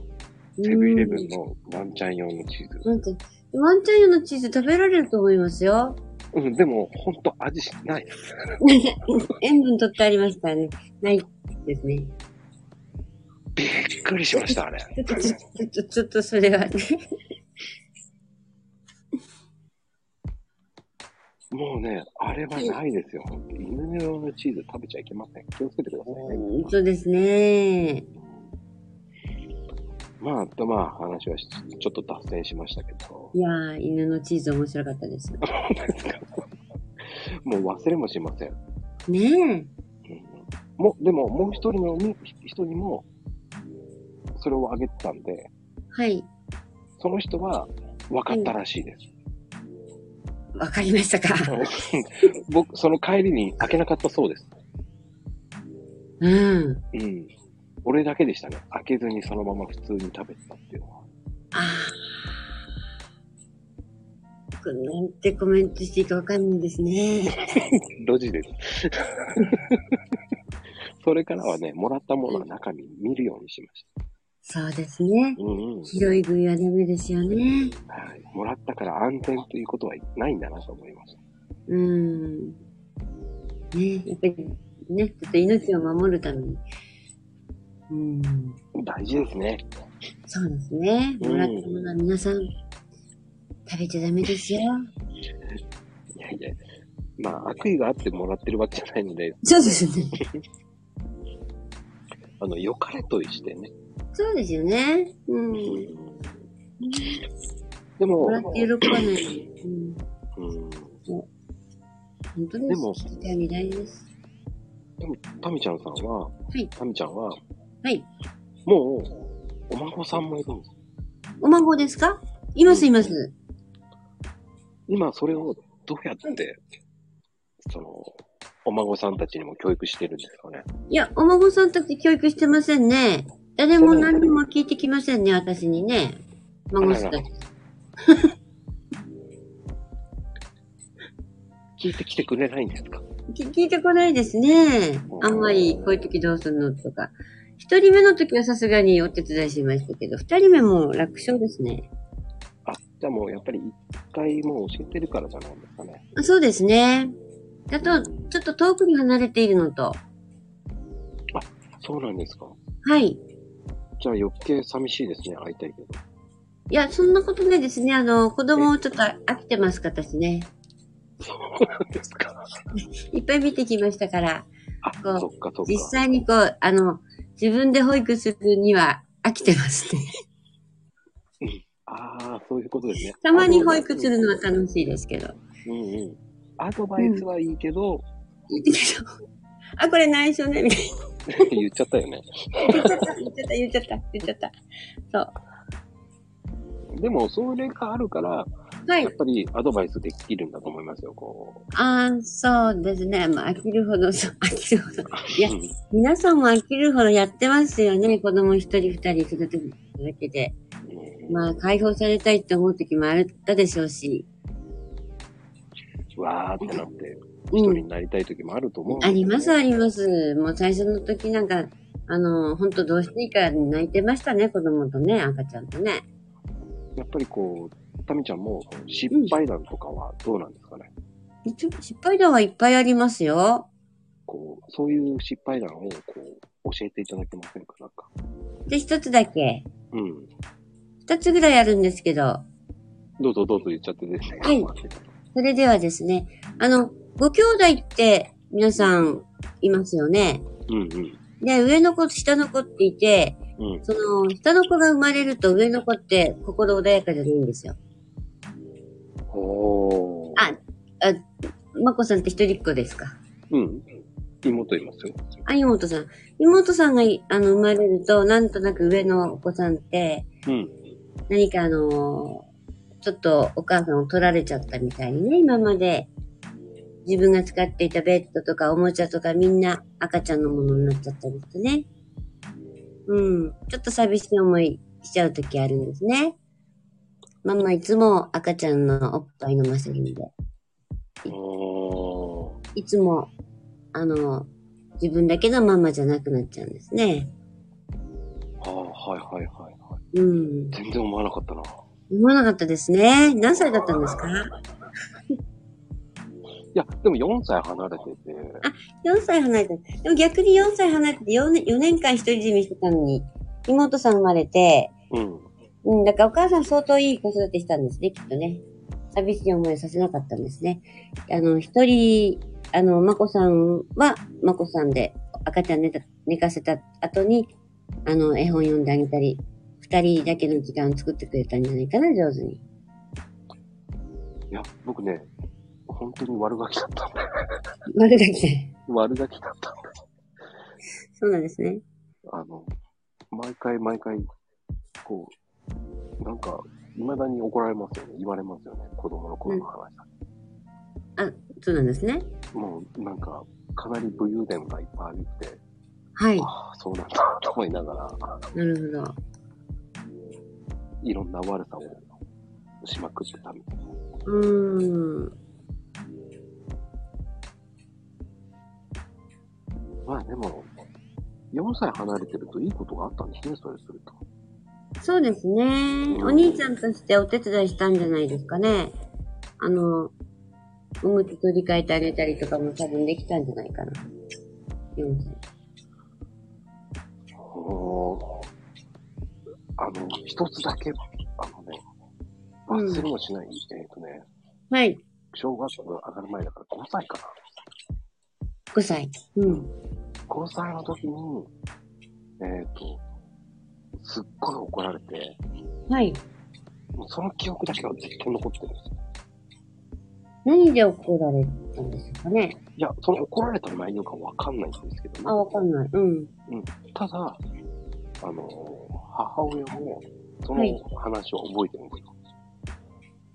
S1: セブンイレブンのワンちゃん用のチーズ。
S2: なんか、ワンちゃん用のチーズ食べられると思いますよ。
S1: うん、でも、ほんと味しない。
S2: 塩分取ってありますからね。ないですね。
S1: びっくりしました、あれ。
S2: ちょっと、ちょっと、ちょっとそれはね。
S1: もうね、あれはないですよ。ほんと犬用のチーズ食べちゃいけません。気をつけてくださいね。
S2: そうですね。
S1: まあ、とまあ、話はしちょっと脱線しましたけど。
S2: いやー、犬のチーズ面白かったです。
S1: もう忘れもしません。
S2: ね
S1: うんもでも、もう一人のみ人にも、それをあげてたんで、
S2: え。はい。
S1: その人は分かったらしいです。
S2: わかりましたか。
S1: 僕、その帰りに開けなかったそうです。
S2: うん。
S1: うん。俺だけでしたね。開けずにそのまま普通に食べてたっていうのは。
S2: あー。なんてコメントしていいかわかんないですね。
S1: ロジです。 それからはね、もらったものは中身見るようにしまし
S2: そうですね。
S1: た。うんうん。
S2: 広い食いはダメですよね。
S1: はい。もらったから安全ということはないんだなと思いました。
S2: うん。ねやっぱり、ね、ちょっと命を守るために。うん。
S1: 大事ですね。
S2: そうですね。
S1: うん
S2: もらったものは皆さん、食べちゃダメですよ。
S1: いやいや、まあ、悪意があってもらってるわけじゃないので、
S2: そうですね。
S1: あの、良かれとしてね。
S2: そうですよね。うん。
S1: でも
S2: もらっ、て喜ばない。うん。
S1: うん。
S2: 本当に
S1: でも
S2: 聞きたいみたいです。
S1: でも、タミちゃんさんは、
S2: い
S1: タミちゃんは、
S2: はい。
S1: もう、お孫さんもいるんです。
S2: お孫ですかいますいます。
S1: 今、それをどうやって、その、お孫さんたちにも教育してるんですかね。
S2: いや、お孫さんたち教育してませんね。誰も何にも聞いてきませんね、私にね。孫さんたち。
S1: 聞いてきてくれないんですか
S2: き聞いてこないですね。あんまり、こういう時どうするのとか。一人目の時はさすがにお手伝いしましたけど、二人目も楽勝ですね。
S1: あ、じゃあもうやっぱり一回もう教えてるからじゃないですかね。
S2: あそうですね。あと、ちょっと遠くに離れているのと。
S1: そうなんですか。
S2: はい。
S1: じゃあ余計寂しいですね、会いたいけど。
S2: いや、そんなことないですね。あの、子供ちょっと飽きてますか、私ね。
S1: そうなんですか。
S2: いっぱい見てきましたから、こ
S1: あ、
S2: う
S1: そっかそっか。
S2: 実際にこう、あの、自分で保育するには飽きてますね。
S1: ああ、そういうことですね。
S2: たまに保育するのは楽しいですけど。
S1: うんうん。アドバイスはいいけど、
S2: いいけど あ、これ内緒ね、みたいな。
S1: 言っちゃったよね。
S2: 言っちゃった、言っちゃった、言っちゃった。
S1: でも、それがあるから、
S2: は
S1: やっ
S2: い。
S1: ぱりアドバイスできるんだと思いますよ、こ
S2: ああ、そうですね。まあ、飽きるほど、そう飽きるほど。
S1: う。
S2: いや
S1: うん
S2: 皆さんも飽きるほどやってますよね。子供一人二人育てるだけで。まあ、解放されたいって思う時もあったでしょうし。
S1: わーってなって、一
S2: う
S1: 人
S2: ん
S1: になりたい時もあると思うんで
S2: あ
S1: よね、
S2: ります、あります。もう最初の時なんか、あの、本当どうしていいか泣いてましたね、子供とね、赤ちゃんとね。
S1: やっぱりこう、タミちゃんも失敗談とかはどうなんですかね。
S2: 一応失敗談はいっぱいありますよ。
S1: こう、そういう失敗談をこう、教えていただけませんか、なんか。
S2: で、一つだけ。
S1: うん。
S2: 二つぐらいあるんですけど。
S1: どうぞどうぞ言っちゃってですね。
S2: はいそれではですね、あの、ご兄弟って皆さんいますよね。
S1: うんうん。
S2: で、上の子と下の子っていて、
S1: うん。
S2: その、下の子が生まれると上の子って心穏やかじゃないんですよ。
S1: おー。
S2: あまこさんって一人っ子ですか
S1: うん。妹いますよ。
S2: あ、妹さん。妹さんがい、あの、生まれると、なんとなく上のお子さんって、
S1: うん。
S2: 何かあのーちょっとお母さんを取られちゃったみたいにね、今まで。自分が使っていたベッドとかおもちゃとかみんな赤ちゃんのものになっちゃったりしてね。うん。ちょっと寂しい思いしちゃうときあるんですね。ママいつも赤ちゃんのおっぱい飲ませるんで。
S1: おー。
S2: いつも、あの、自分だけのママじゃなくなっちゃうんですね。
S1: あー、はいはいはいはい。
S2: うん。
S1: 全然思わなかったな。
S2: 思わなかったですね。何歳だったんですか
S1: いや、でも4歳離れてて、
S2: ?4 歳離れた。でも逆に4歳離れてて4年 ,4 年間一人占めしてたのに、妹さん生まれて、
S1: うん。
S2: うん、だからお母さん相当いい子育てしたんですね、きっとね。寂しい思いをさせなかったんですね。あの、一人、あの、まこさんは、まこさんで赤ちゃん寝た寝かせた後に、あの、絵本読んであげたり、二人だけの時間を作ってくれたんじゃないかな、上手に。
S1: いや、僕ね、本当に悪ガキだったんだ。
S2: まるだけ。
S1: 悪ガキだったんだ。
S2: そうなんですね。
S1: あの、毎回毎回、こう、なんか、未だに怒られますよね。言われますよね。子供の頃の話。
S2: そうなんですね。
S1: もう、なんか、かなり武勇伝がいっぱいあって、
S2: はい。
S1: ああ、そうなんだ、と思いながら、
S2: なるほど。
S1: いろんな悪さをしまくってたみたいな。
S2: うーん。
S1: まあでも、4歳離れてるといいことがあったんですね、それすると。
S2: そうですね。お兄ちゃんとしてお手伝いしたんじゃないですかね。あの、おむつ取り替えてあげたりとかも多分できたんじゃないかな。4歳。
S1: おーあの、一つだけ、あのね、罰するもしない、えっ、とね、
S2: はい。
S1: 小学校上がる前だから5歳かな。
S2: 5歳。うん。
S1: 5歳の時に、えっ、と、すっごい怒られて、
S2: はい。
S1: もうその記憶だけは絶対残ってるんですよ。
S2: 何で怒られたんですかね
S1: いや、その怒られた内容がわかんないんですけど
S2: あ、
S1: ね。
S2: わかんない。うん。
S1: ただ、あのー、母親も、その
S2: はい
S1: 話を覚えてるんですよ。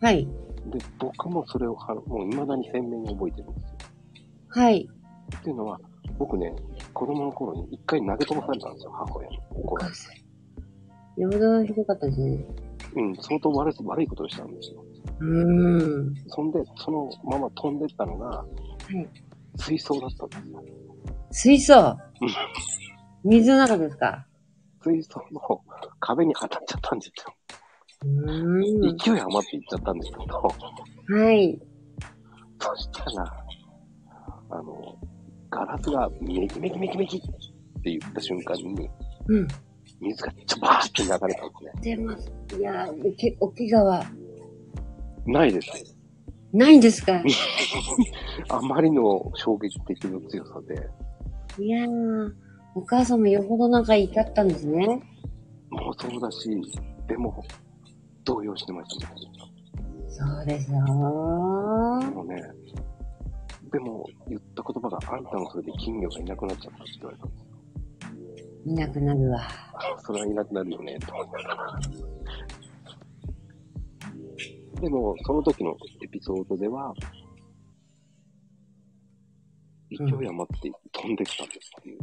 S2: はい。
S1: で、僕もそれをは、もう未だに鮮明に覚えてるんですよ。
S2: はい。
S1: っていうのは、僕ね、子供の頃に一回投げ飛ばされたんですよ、母親に。怒られて。
S2: よほどひどかったですね。
S1: うん、相当悪い悪いことをしたんですよ。
S2: うーん。
S1: そんで、そのまま飛んでったのが、水槽だったんですよ。
S2: 水槽
S1: うん
S2: 水の中ですか
S1: 水槽の壁に当たっちゃったんですよ。
S2: うーん。
S1: 勢い余っていっちゃったんですけど、
S2: はい。
S1: そしたら、あの、ガラスがメキメキメキメキって言った瞬間に、
S2: うん。
S1: 水がちょばーって流れたんですね。
S2: 出ます。いやー、けお怪我は
S1: ないです。
S2: ないんですか
S1: あまりの衝撃的な強さで、
S2: いやー、お母さんもよほどなんか怒ったんですね。
S1: もうそうだし、でも、動揺してましたね。
S2: そうですよ
S1: で
S2: ー。
S1: もね、でも言った言葉があんたのそれで金魚がいなくなっちゃったって言われたんですよ。
S2: いなくなるわ。
S1: それはいなくなるよね、と思いながら。でも、その時のエピソードでは、勢い余って飛んできたんですっていう。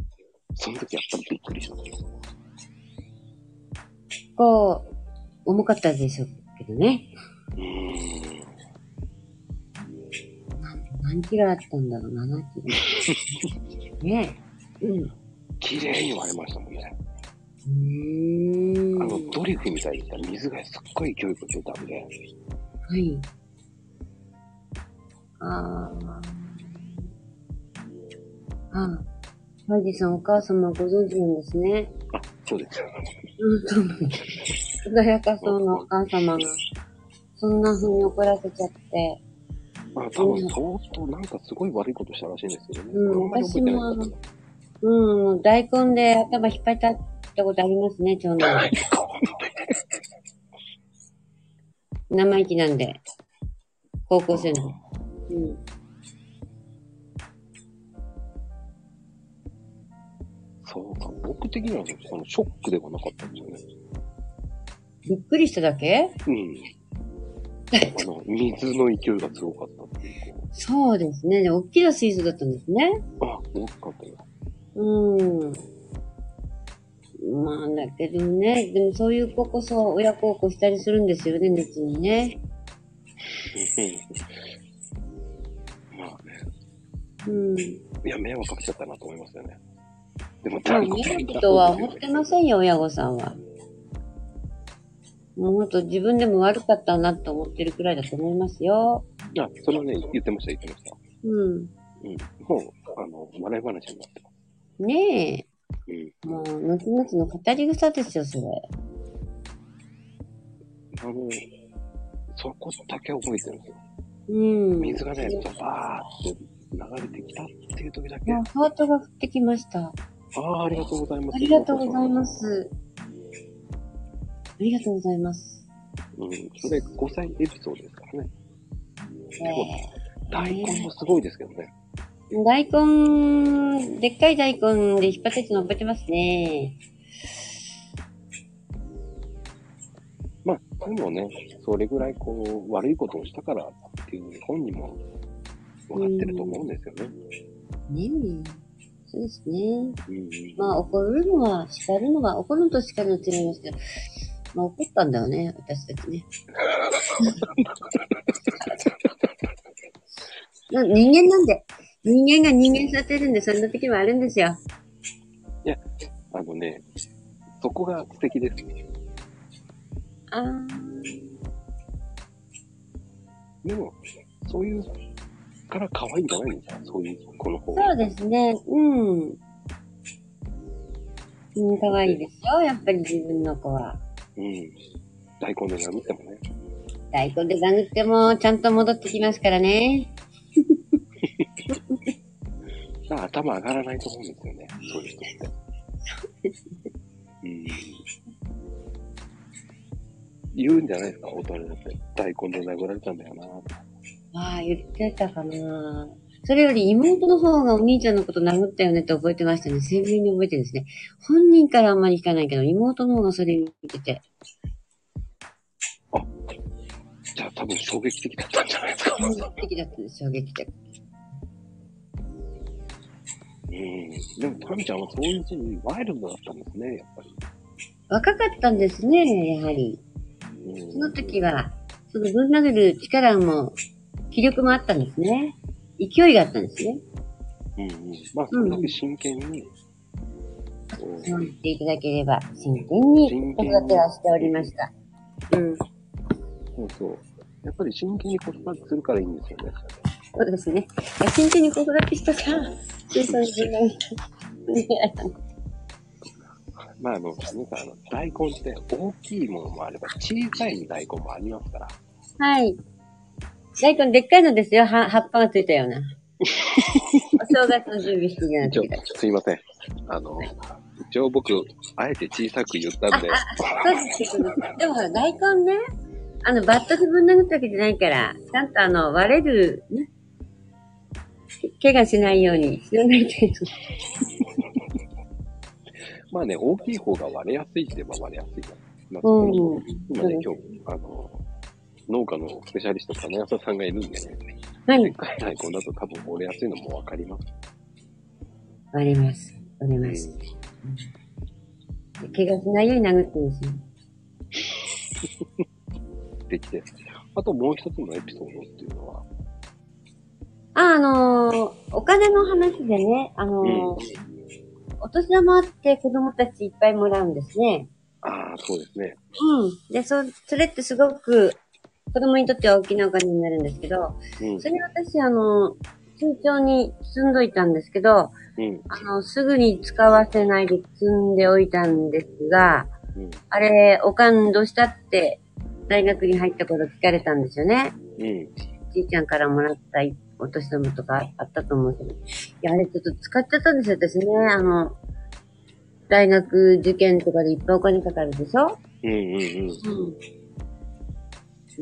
S1: その時やっぱりびっくりしたんですよ。
S2: 結構、重かったでしょうけどね。
S1: うーん。
S2: 何キロあったんだろう ?7 キロ。ねえ。うん。う
S1: 綺麗に割れましたもんね。
S2: ー
S1: あ
S2: ん。
S1: の、ドリフみたいにさ、水がすっごい勢いが出たんで、
S2: はい。ああ。ああ。ハイジさん、お母様ご存知なんですね。
S1: そうですよ。
S2: うん、そうなんです。穏やかそうなお母様が、そんな風に怒らせちゃって。
S1: まあ、多分相当なんかすごい悪いことしたらしいんですけどね。
S2: うん
S1: これあんまり覚えてないんだけど。
S2: うん、大根で頭引っ張りたったことありますね、長 男。生意気なんで。高校生の。うん。
S1: そうか、僕的にはねそのショックではなかったんですよね。
S2: びっくりしただけ
S1: うん。あの、水の勢いが強かったっていう、こ
S2: そうですね。で、大きな水槽だったんですね。
S1: う、あ、大きかったよ。
S2: うん。まあ、だけどね、でもそういう子こそ親孝行したりするんですよね、別にね。
S1: まあね、
S2: うん。
S1: いや、迷惑かけちゃったなと思いますよね。でも、
S2: まあ、
S1: 大
S2: 見
S1: 変
S2: る
S1: だ
S2: と
S1: と
S2: は
S1: 思
S2: 思
S1: うん
S2: っ
S1: です
S2: て
S1: よね
S2: ませんよ、親御さんは。もうほんと自分でも悪かったなと思ってるくらいだと思いますよ。
S1: あ、それはね、言ってました、言ってました。
S2: うん。
S1: うん。もう、あの、笑い話になってます。
S2: ね
S1: うん。
S2: え。もう、後々の語り草ですよ、それ。
S1: あの、そこだけ覚えてるんですよ。
S2: うん。
S1: 水がね、ザバーって流れてきたっていう時だけ、
S2: もう、ハートが降ってきました。
S1: ああ、ありがとうございます。
S2: ありがとうございま。す。ありがとうございます。
S1: うん。それ、5歳エピソードですからね。
S2: えー
S1: 大根もすごいですけどね。
S2: 大根、でっかい大根で引っ張ってっての覚えてますね。
S1: まあ、でもね、それぐらいこう、悪いことをしたからっていう本人も分かってると思うんですよね。
S2: ねえ。そうですね。
S1: うん。
S2: まあ怒るのは、叱るのは、怒るのと叱るのは違いますけど、まあ怒ったんだよね、私たち ね。な人間なんで。人間が人間育てるんで、そんな時もあるんですよ。
S1: あのね、そこが素敵です。
S2: あー。
S1: でも、そういうから可愛いんじゃないんですかそういう、この方
S2: そ
S1: が。
S2: うですね。うん。うん、可愛いですよ。やっぱり自分の子は。
S1: うん。大根の闇ってもね。
S2: 大根で殴っても、ちゃんと戻ってきますからね。
S1: だから頭上がらないと思うんですよね、そういう人って。うん。言うんじゃないですか、大人になって。大根で殴られたんだよなとか。
S2: ああ、言ってたかな。それより妹の方がお兄ちゃんのこと殴ったよねって覚えてましたね。鮮明に覚えてるんですね。本人からあんまり聞かないけど、妹の方がそれ見てて。
S1: じゃあ多分衝撃的だったんじゃないですか。
S2: 衝撃的だったんです、衝撃的。
S1: うん。でも、タミちゃんはそういううちにワイルドだったんですね、やっぱり。
S2: 若かったんですね、やは
S1: う
S2: り。
S1: ん
S2: その時は、そのぶん殴る力も、気力もあったんですね。勢いがあったんですね。
S1: うんうん。まあ、それだけ真剣に、こう
S2: そう言っていただければ、真剣に子育てはしておりました。うん。そ
S1: そうそう。やっぱり真剣に子育てするからいいんですよね。
S2: うですね。真剣に子育てしたから、小さな自分に。
S1: まあ、あの、皆さん、あの、大根って大きいものもあれば、小さい大根もありますから。
S2: はい。大根でっかいのですよ。は葉っぱがついたような。 お正月の準備してるような
S1: 一応
S2: 時だ。、
S1: すいません。あの、一応僕、あえて小さく言ったん で、
S2: そうですそうですでもほら、大根ね、あの、バットでぶん殴ったわけじゃないから、ちゃんとあの、割れる、ね。怪我しないように、しない程度。
S1: まあね、大きい方が割れやすいって言えば割れやすいから。まあ、
S2: うん
S1: そこに今ね
S2: うん、
S1: 今日、あの、農家のスペシャリスト、金谷さんがいるんでね、
S2: はい
S1: でっ。かい大根だと多分折れやすいのもわかります。
S2: 割れます。割れます。怪我しないように殴ってるし。
S1: できて。あともう一つのエピソードっていうのは、
S2: あ、あのーお金の話でね、あのーお年玉って子供たちいっぱいもらうんですね。
S1: ああ、そうですね。
S2: うん。で、そ、それってすごく、子供にとっては大きなお金になるんですけど、
S1: うん
S2: それ私、あの、慎重に積んどいたんですけど、
S1: うん。
S2: あの、すぐに使わせないで積んでおいたんですが、
S1: うん。
S2: あれ、おかんどうしたって、大学に入った頃聞かれたんですよね。
S1: うん。
S2: じいちゃんからもらったお年玉とかあったと思うけど。いや、あれちょっと使っちゃったんですよ、私ね。あの、大学受験とかでいっぱいお金かかるでしょ
S1: うん。うん。うん。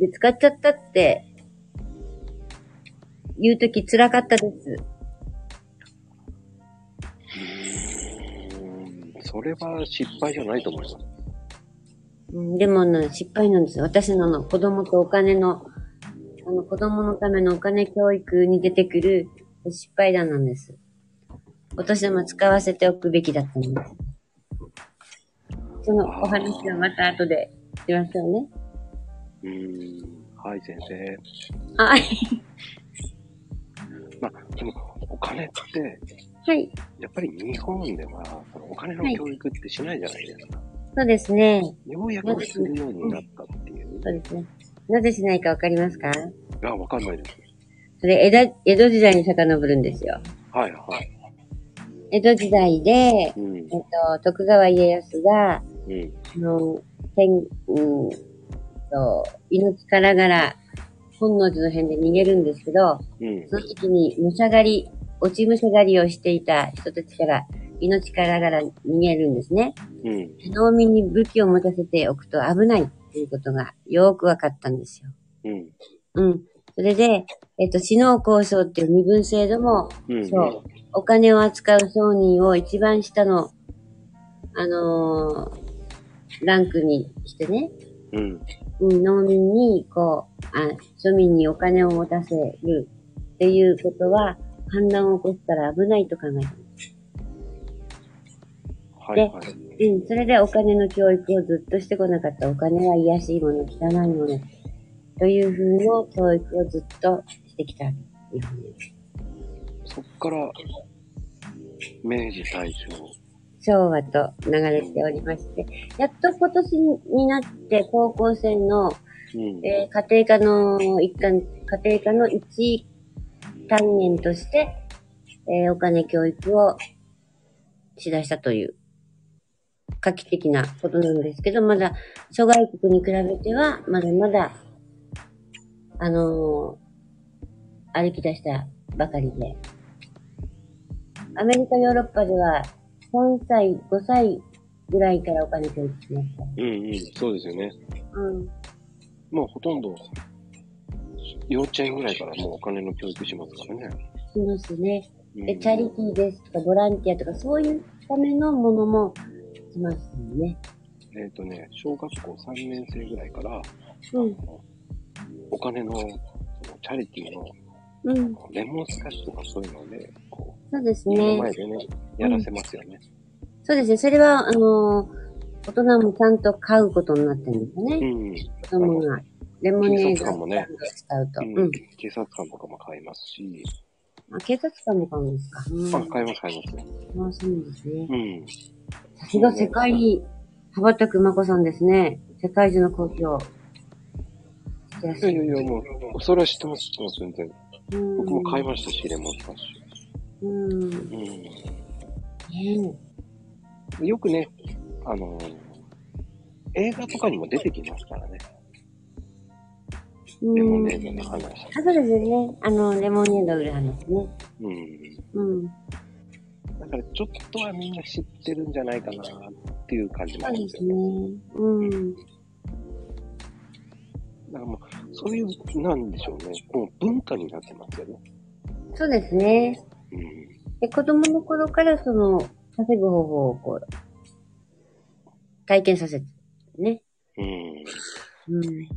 S2: で、使っちゃったって、言うとき辛かったです。
S1: それは失敗じゃないと思います。
S2: うんでもね、失敗なんですよ。私のあの子供とお金の、あの子供のためのお金教育に出てくる失敗談なんです。お年玉使わせておくべきだったんです。そのお話はまた後でしましょうね。
S1: うーん。はい、先生。
S2: はい。
S1: まあ、でも、お金って、
S2: はい。
S1: やっぱり日本では、そのお金の教育ってしないじゃないですか。
S2: そうですね。
S1: ようやくするようになったっていう。
S2: そうですね。なぜしないかわかりますか
S1: あ、わかんないです。
S2: それ、江戸、江戸時代に遡るんですよ。
S1: はい、はい。
S2: 江戸時代で、えっ
S1: うん。
S2: と、徳川家康が、
S1: うん。
S2: あの、天、うんと、命からがら、本能寺の辺で逃げるんですけど、
S1: うん。
S2: その時に、武者狩り、落ち武者狩りをしていた人たちから、命からがら逃げるんですね。
S1: うん。
S2: 農民に武器を持たせておくと危ないっていうことが、よーくわかったんですよ。
S1: うん。
S2: うん。それで、えっと、死の交渉っていう身分制度も、
S1: うん。
S2: そう。お金を扱う商人を一番下の、あのーランクにしてね、
S1: うん。
S2: うん農民に、こう、あ、庶民にお金を持たせるっていうことは、反乱を起こしたら危ないと考え
S1: はい、はい。
S2: てうん、それでお金の教育をずっとしてこなかった。お金は癒やしいもの、汚いもの、という風の教育をずっとしてきた。日本です
S1: そっから、明治大正。
S2: 昭和と流れておりまして、やっと今年になって高校生の、
S1: うん。
S2: えー家庭科の一環、家庭科の一単元として、えーお金教育をしだしたという画期的なことなんですけど、まだ諸外国に比べては、まだまだあのー歩き出したばかりで。アメリカ、ヨーロッパでは、3歳、5歳ぐらいからお金教育しました。
S1: うんうん、そうですよね。
S2: うん。
S1: もうほとんど、幼稚園ぐらいからもうお金の教育しますからね。
S2: しますね。
S1: うん
S2: で、チャリティーですとか、ボランティアとか、そういうためのものもしますよね。
S1: えっ、とね、小学校3年生ぐらいから、
S2: うん。
S1: お金の、そのチャリティーの
S2: うん。
S1: レモンスカッシュとかそういうので、こ
S2: そうです
S1: う、目の
S2: ね。
S1: 前でね、やらせますよね。
S2: そうですね。それは、あのー大人もちゃんと買うことになってるんですよ
S1: う
S2: ね。
S1: ん。
S2: 子供が。レモネー
S1: 警察官も
S2: ド
S1: ね
S2: 使うと。
S1: う
S2: うんん。
S1: 警察官とかも買いますし、
S2: あ、警察官も買うんですか。うん。
S1: あ、買います買います。
S2: あそうなんですね。
S1: うん。
S2: さすが世界に羽ばたくまこさんですね。世界中の公表。してらっ
S1: い
S2: しゃ
S1: や
S2: る
S1: いやいや、もう、それは知ってます、知ってます、全然。
S2: うん
S1: 僕も買いましたし、レモンスカッシ
S2: うん。ね
S1: ュ。
S2: え
S1: うん。よくね、あのー映画とかにも出てきますからね。
S2: うん
S1: レモンネードの話。
S2: あ、そうですよね。あの、レモネード売る話ね。
S1: うん。
S2: うん。
S1: だからちょっとはみんな知ってるんじゃないかなっていう感じも
S2: そ
S1: あ
S2: う
S1: るん
S2: で
S1: ですすよ
S2: ね
S1: ね。。
S2: うん。
S1: だからもう、そういう、なんでしょうね。もう文化になってますよね。
S2: そうですね。
S1: うん。
S2: で、子供の頃からその、稼ぐ方法をこう、体験させて、ね。
S1: うん。
S2: うん。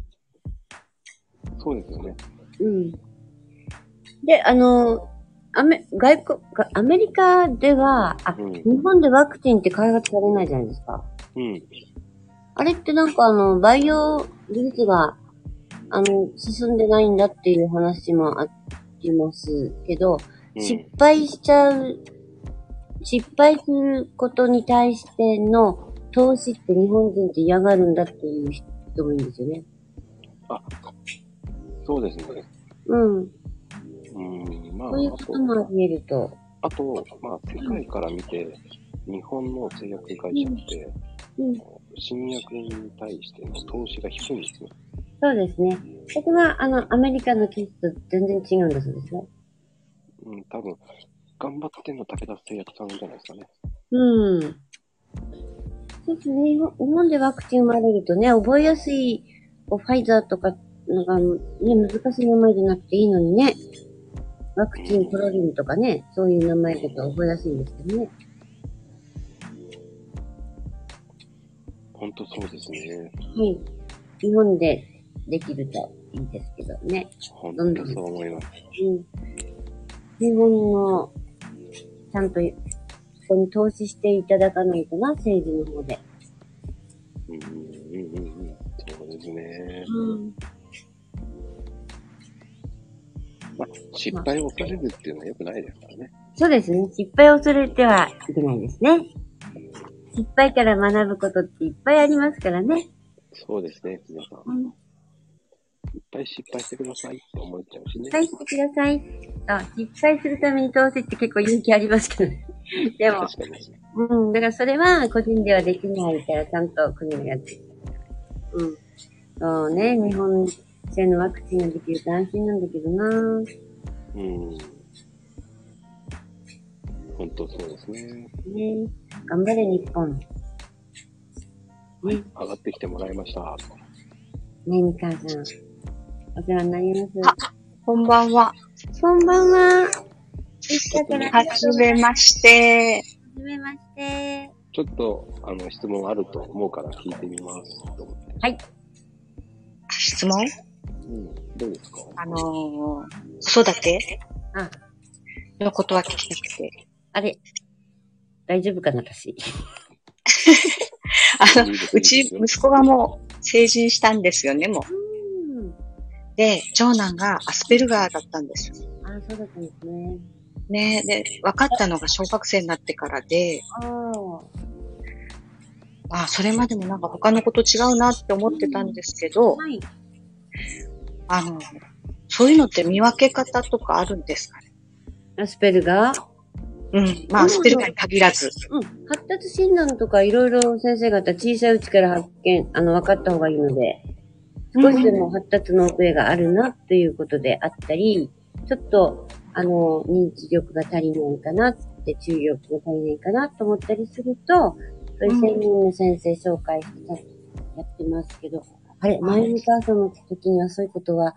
S1: そうですよね。
S2: うん。で、あの、アメ、外国、がアメリカでは、あ、
S1: うん
S2: 日本でワクチンって開発されないじゃないですか。
S1: うん。
S2: あれってなんかあの、培養技術が、あの、進んでないんだっていう話もありますけど、
S1: うん
S2: 失敗しちゃう、失敗することに対しての投資って日本人って嫌がるんだっていう人もいるんですよね。
S1: そうですね。
S2: うん。
S1: うん。まあ、
S2: そういうこともあり得ると。
S1: あと、まあ、世界から見て、日本の製薬会社って、
S2: うん。
S1: 新薬に対しての投資が低いんですよ。
S2: そうですね。そこが、あの、アメリカのケースと全然違うんだそうですね。
S1: うん、多分、頑張ってんの武田製薬さんじゃないですかね。
S2: うん。そうですね。日本日本でワクチン生まれるとね、覚えやすい、こうファイザーとか、なんかね、難しい名前じゃなくていいのにね。ワクチンプロリンとかね、そういう名前とか覚えやすいんですけどね。
S1: ほんとそうですね。
S2: はい。日本でできるといいですけどね。
S1: ほんとそう思います。
S2: うん。日本の、ちゃんと、ここに投資していただかないとな、政治の方で。
S1: うん、うん、うん、うん。そうですね。
S2: うん。
S1: まあ、失敗を恐れるっていうのは良くないですからね。
S2: そうですね。失敗を恐れてはいけないですね。失敗から学ぶことっていっぱいありますからね。
S1: そうですね、皆さん。
S2: う
S1: い
S2: ん。
S1: っぱい失敗してくださいって思っちゃうしね
S2: 失。敗してください。あ、失敗するために投資って結構勇気ありますけどね。 でも、
S1: 確かに。
S2: うん。だからそれは個人ではできないから、ちゃんと国がやってる。うん。そうね、日本製のワクチンができると安心なんだけどな
S1: うん。ほんとそうですね。
S2: ね頑張れ日本。ね、
S1: 上がってきてもらいました。
S2: ね、みかんさん。お世話になりま
S3: あこんばんは。
S2: す。こんばんは。一緒から
S3: はじめまして。
S2: はじめまして。
S1: ちょっと、あの、質問あると思うから聞いてみます。と思って。
S3: 質問
S1: うん。どうです か
S3: あのー、子育て
S2: あ
S3: のことは聞きたくて。
S2: あれ。大丈夫かな、私。
S3: あの、
S1: いいですね
S3: うち息子がもう成人したんですよね、もう。
S2: うん。
S3: で、長男がアスペルガーだったんですよ。
S2: あ、そうだったんですね。
S3: ねで、分かったのが小学生になってからで、
S2: ああ。
S3: あ、それまでもなんか他のこと違うなって思ってたんですけど、
S2: はい。
S3: あの、そういうのって見分け方とかあるんですかね
S2: アスペルガー
S3: うん。まあ、アスペルガーに限らず。
S2: うん。発達診断とかいろいろ先生方小さいうちから発見、あの、分かった方がいいので、少しでも発達の遅れがあるなということであったり、ちょっと、あの、認知力が足りないかなって、注意力が足りないかなと思ったりすると、そういう専門の先生紹介してやってますけど、あれ、前に母さんの時にはそういうことは、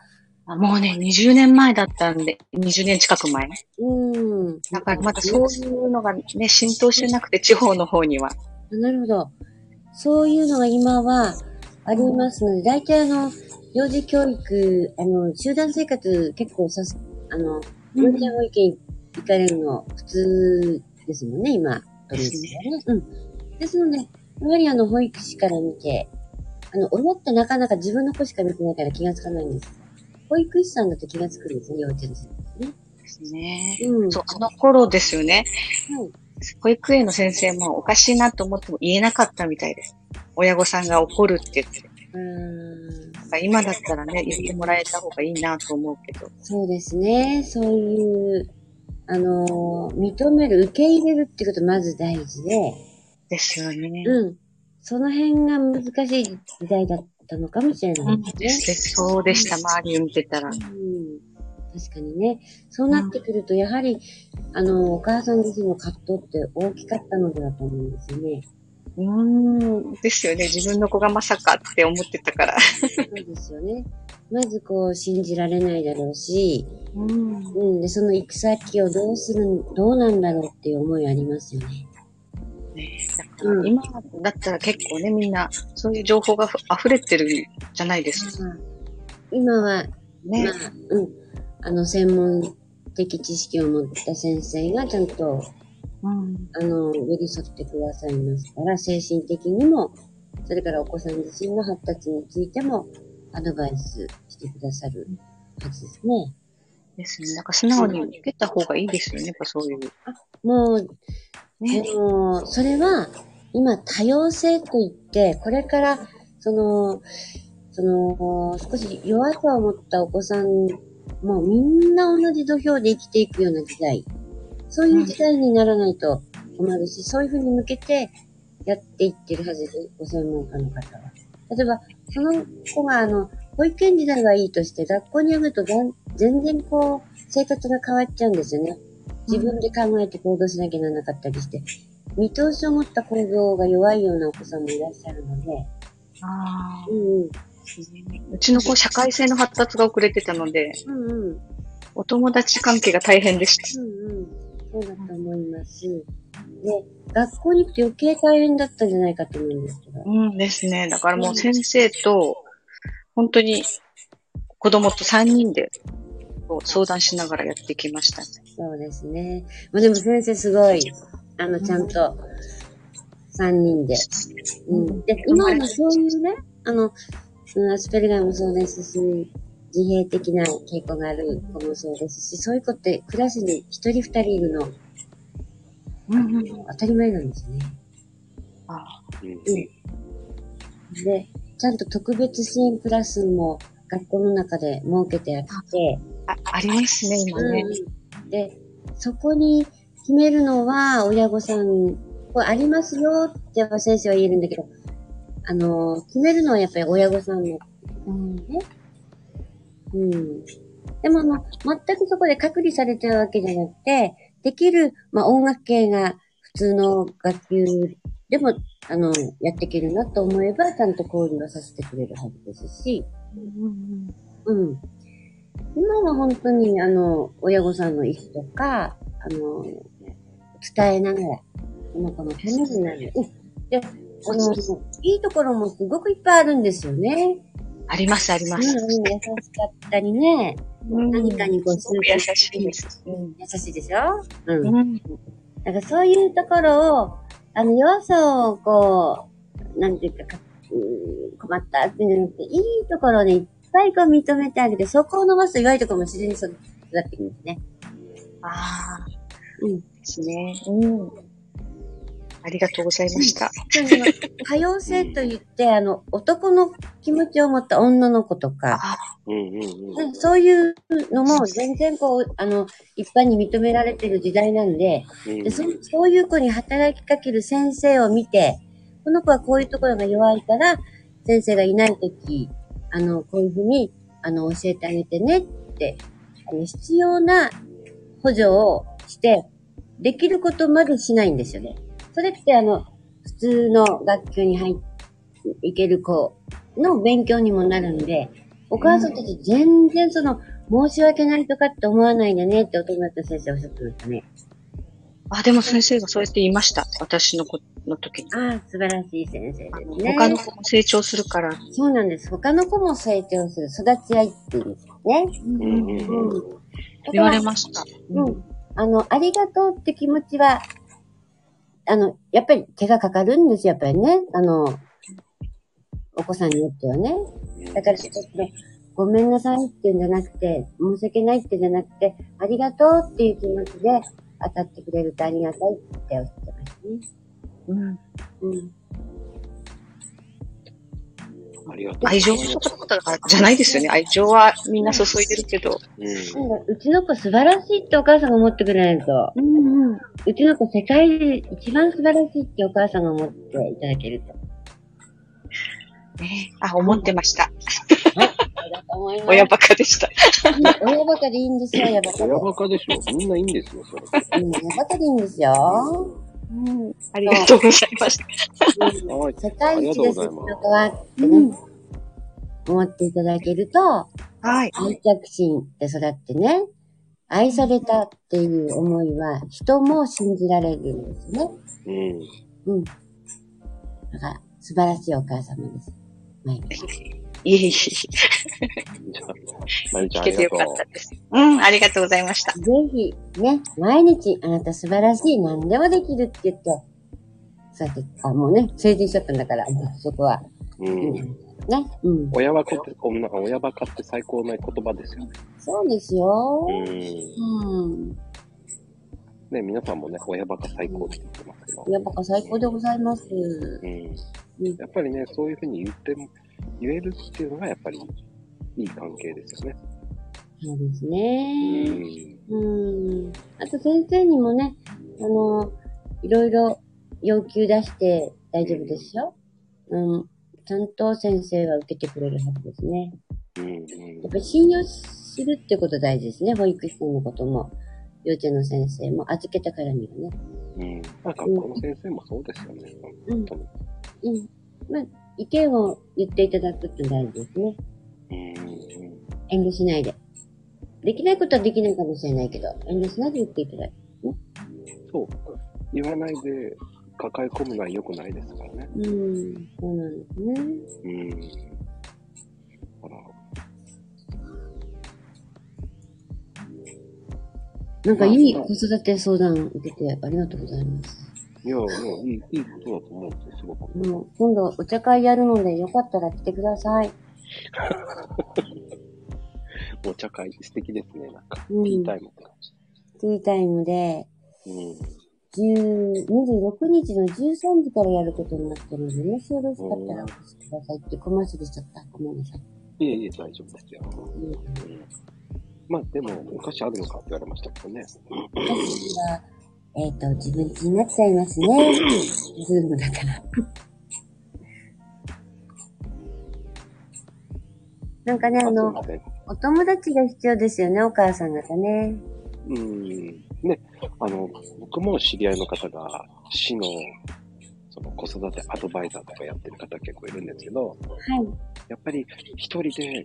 S3: あもうね、20年前だったんで、20年近く前。
S2: うーん。
S3: だからまだそういうのがね、浸透してなくて、地方の方には。
S2: あなるほど。そういうのが今はありますので、大体あの、幼児教育、あの、集団生活結構さす、あの、幼児保育園行かれるの普通ですもんね、今。
S3: ですね
S2: うん。ですので、やはりあの、保育士から見て、あの、親ってなかなか自分の子しか見てないから気がつかないんです。保育士さんだと気がつくんですね、幼稚園生。
S3: ですね。
S2: うん。
S3: そう、あの頃ですよね。
S2: はい
S3: 保育園の先生もおかしいなと思っても言えなかったみたいです。親御さんが怒るって言って。
S2: うーん。
S3: なんか今だったらね、言ってもらえた方がいいなと思うけど。
S2: そうですね。そういう、あのー、認める、受け入れるってことまず大事で、
S3: ですよね。
S2: うん。その辺が難しい時代だったのかもしれないです
S3: で
S2: ね。
S3: そうでした。周りを見てたら。
S2: うん、確かにね。そうなってくると、やはり、あの、お母さん自身の葛藤って大きかったのではと思うんですよね。
S3: うーん。ですよね。自分の子がまさかって思ってたから。
S2: そうですよね。まずこう、信じられないだろうし、
S3: うん。
S2: うん、で、その行く先をどうする、どうなんだろうっていう思いありますよね。
S3: ねだから今だったら結構ね、みんな、そういう情報がふ溢れてるじゃないですか。
S2: 今は、ま
S3: ね
S2: あ。、うん。あの、専門的知識を持った先生がちゃんと、
S3: うん。
S2: あの、寄り添ってくださいますから、精神的にも、それからお子さん自身の発達についても、アドバイスしてくださるはずですね。
S3: ですね。なんか素直に受けた方がいいですよね。やっぱそういう。
S2: もう、
S3: ね。
S2: でも、それは、今、多様性といって、これから、その、その、少し弱さを持ったお子さん、もうみんな同じ土俵で生きていくような時代。そういう時代にならないと困るし、そういうふうに向けてやっていってるはずです、ご専門家の方は。例えば、その子が、あの、保育園時代はいいとして、学校に上がるとだん全然こう、生活が変わっちゃうんですよね。自分で考えて行動しなきゃならなかったりして、見通しを持った行動が弱いようなお子さんもいらっしゃるので、
S3: ああ。
S2: うんうん。
S3: うちの子、社会性の発達が遅れてたので、
S2: うんうん。
S3: お友達関係が大変でした。
S2: うんうん。そうだと思います。で、学校に行くと余計大変だったんじゃないかと思うんですけど。
S3: うんですね。だからもう先生と、本当に子供と3人でこう相談しながらやってきましたね。
S2: そうですね。まあでも先生すごい、あの、ちゃんと、3人で。うん。で、今はそういうね、あの、うんアスペルガーもそうですし、自閉的な傾向がある子もそうですし、そういう子ってクラスに1人2人いるの
S3: うん
S2: 当たり前なんですね。
S3: あ
S1: うん
S2: で、ちゃんと特別支援クラスも学校の中で設けてあって、
S3: あありますね、今ね。
S2: うんで、そこに決めるのは親御さん、これありますよって先生は言えるんだけど、あの、決めるのはやっぱり親御さんの、ね。うん。でもあの、全くそこで隔離されてるわけじゃなくて、できる、まあ、音楽系が普通の学級でも、あの、やっていけるなと思えば、ちゃんと交流はさせてくれるはずですし、うん。今は本当に、あの、親御さんの意思とか、あの、伝えながら、この子のためになる。うん。で、あの、いいところもすごくいっぱいあるんですよね。
S3: あります、あり
S2: う
S3: ま
S2: ん、優し
S3: す。
S2: かったりね。何かにこう
S3: すごく優しいです。うん
S2: 優しいでしょうん
S3: うん
S2: なんかそういうところを、あの、弱さをこう、なんていうかか、うーん困ったっていうんじゃなくて、いいところでいっぱいこう認めてあげて、そこを伸ばすと弱いところも自然に育っていくんですね。
S3: ああ、
S2: うん。
S3: ですね。うん。ありがとうございました。
S2: でも多様性と言って、あの、男の気持ちを持った女の子とか、
S1: うんうんうん。
S2: うんそういうのも全然こう、あの、一般に認められてる時代なんで、
S1: うん
S2: でそそういう子に働きかける先生を見て、この子はこういうところが弱いから、先生がいないとき、あの、こういうふうに、あの、教えてあげてねって、あの必要な補助をして、できることまでしないんですよね。それって、あの、普通の学級に入っていける子の勉強にもなるんで、お母さんたち全然その、申し訳ないとかって思わないでねってお友達の先生おっしゃってましたね。
S3: あ、でも先生がそうやって言いました。私の子の時に。
S2: ああ、素晴らしい先生
S3: あ
S2: です
S3: の
S2: ね。
S3: 他の子も成長するから。
S2: そうなんです。他の子も成長する。育ち合いっていうんですかね。
S1: うんうんうん
S2: う
S3: 言われました。
S2: うん。あの、ありがとうって気持ちは、あの、やっぱり手がかかるんですよ、やっぱりね。あの、お子さんによってはね。だからちょっとね、ごめんなさいっていうんじゃなくて、申し訳ないっていうんじゃなくて、ありがとうっていう気持ちで当たってくれるとありがたいっておっしゃってましたね。
S3: うん
S2: うん。
S1: ありがとう。
S3: 愛情を注ぐことだからじゃないですよね。愛情はみんな注いでるけど。
S1: うん
S2: なんだうちの子素晴らしいってお母さんが思ってくれないと、
S3: うんうん。
S2: うちの子世界で一番素晴らしいってお母さんが思っていただけると。
S3: あ、思ってました。
S2: 思います
S3: 親バカでした。
S2: 親バカでいいんですよ、親バカで。
S1: 親バカでしょみんないいんですよ、それ。
S2: うん親バカでいいんですよ。
S3: うん。ありがとうございました。
S1: はい
S2: 世界一です、
S1: ありがとう
S2: こ
S1: ございます
S2: とはって
S3: う
S2: ね
S3: ん、
S2: 思っていただけると、
S3: はい。
S2: 愛着心って育ってね、愛されたっていう思いは、人も信じられるんですね。
S1: うん。
S2: うん。だから、素晴らしいお母様です。はい。
S3: いえいえいえ。
S1: じゃあ、まゆちゃんあ
S3: 聞け
S1: り
S3: てよ
S1: が
S3: か
S1: と
S3: ったです。うん、ありがとうございました。
S2: ぜひ、ね、毎日、あなた素晴らしい、何でもできるって言って、そうやって、あ、もうね、成人しちゃったんだから、もうそこは。
S1: う。う
S2: うん
S1: ん。
S2: ね。うん。
S1: 親バカって、こんな親バカって最高の言葉ですよね。
S2: そうですよ
S1: う。ん。
S2: うん。
S1: ね、皆さんもね、親バカ最高って言ってますけど。
S2: やっぱ最高でございます。
S1: うん。やっぱりね、そういうふうに言っても、言えるっていうのが、やっぱり、いい関係ですよね。
S2: そうです
S1: う
S2: ね。
S1: ん。
S2: うん。あと先生にもね、あの、いろいろ要求出して大丈夫ですよ。うん。ちゃんと先生は受けてくれるはずですね。
S1: うん。
S2: やっぱり信用するってこと大事ですね。保育士さんのことも、幼稚園の先生も、預けたからにはね。
S1: うん。なんか、この先生もそうですよね。
S2: う
S1: 本
S2: ん
S1: 当に。
S2: うん。まあ、意見を言っていただくって大事ですね。
S1: うん。
S2: 遠慮しないで。できないことはできないかもしれないけど、遠慮しないで言っていただく。
S1: そう。言わないで抱え込むのは良くないですからね。
S2: うん、そうなんですね。
S1: うん。ほら。
S2: なんかいい子育て相談受けてありがとうございます。
S1: いや、もういい、いいことだと思うんですよ、すごく。
S2: もう今度お茶会やるのでよかったら来てください。
S1: お茶会素敵ですね、なんか。テ
S2: うん
S1: ィータイムって感じ。
S2: ティータイムで、
S1: うん。
S2: 10 26日の13時からやることになってるんで、もしよろしかったらお越しくださいってコマーシャルしちゃった。ごめんなさい。
S1: いえいえ、大丈夫ですよ。うん。まあ、でも、お菓子あるのかって言われましたけどね。
S2: 私は、えっ、と、自分気になっちゃいますね。ズームだから。なんかね、あの、
S1: あすいま
S2: お友達が必要ですよね、お母さん方ね。
S1: せんうん。ね、あの、僕も知り合いの方が、市の、その子育てアドバイザーとかやってる方結構いるんですけど、
S2: はい。
S1: やっぱり一人で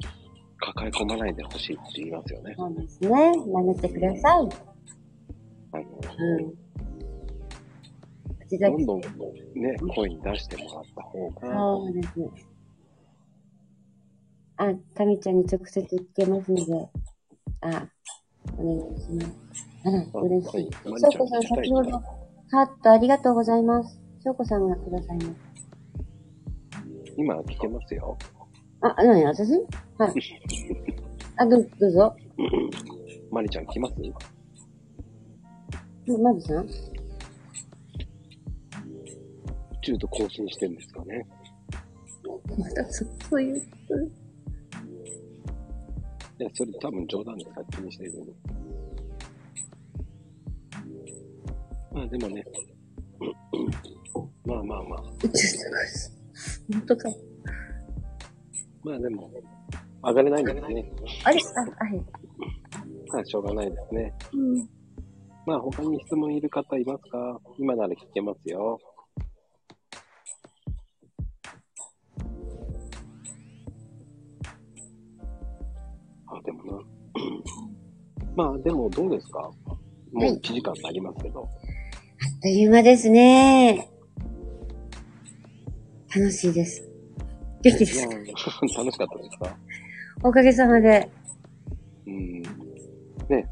S1: 抱え込まないでほしいって言いますよね。
S2: そうですね。真似てください。
S1: あの、
S2: うん。口だ
S1: ど
S2: け
S1: ん。どんね、声に出してもらった方が、
S2: そうですね。あ、タミちゃんに直接言ってますので、あ、お願いします。あら、嬉しい。
S1: あはい
S2: しょうこさん、先ほど、ハートありがとうございます。しょうこさんがくださいます。
S1: 今聞けますよ。
S2: あ、なに、私はい。あ、どうどうぞ。
S1: まりちゃん来ます
S2: まずさん
S1: 中途更新してるんですかね。
S2: またそ、そういう。
S1: いや、それ多分冗談で勝手にしてるので。まあでもね、まあまあまあ、
S2: ちょっとこれ、本当か。
S1: まあでも、上がれないんですね。
S4: あれあ、はい。
S1: まあしょうがないですね。
S4: うん。
S1: まあ他に質問いる方いますか今なら聞けますよ。あ、でもな。 まあでもどうですかもう1時間になりますけど。
S2: あっという間ですね。楽しいです。元気で
S1: いや
S2: すか
S1: 楽しかったですか
S2: おかげさまで。
S1: うん。ね、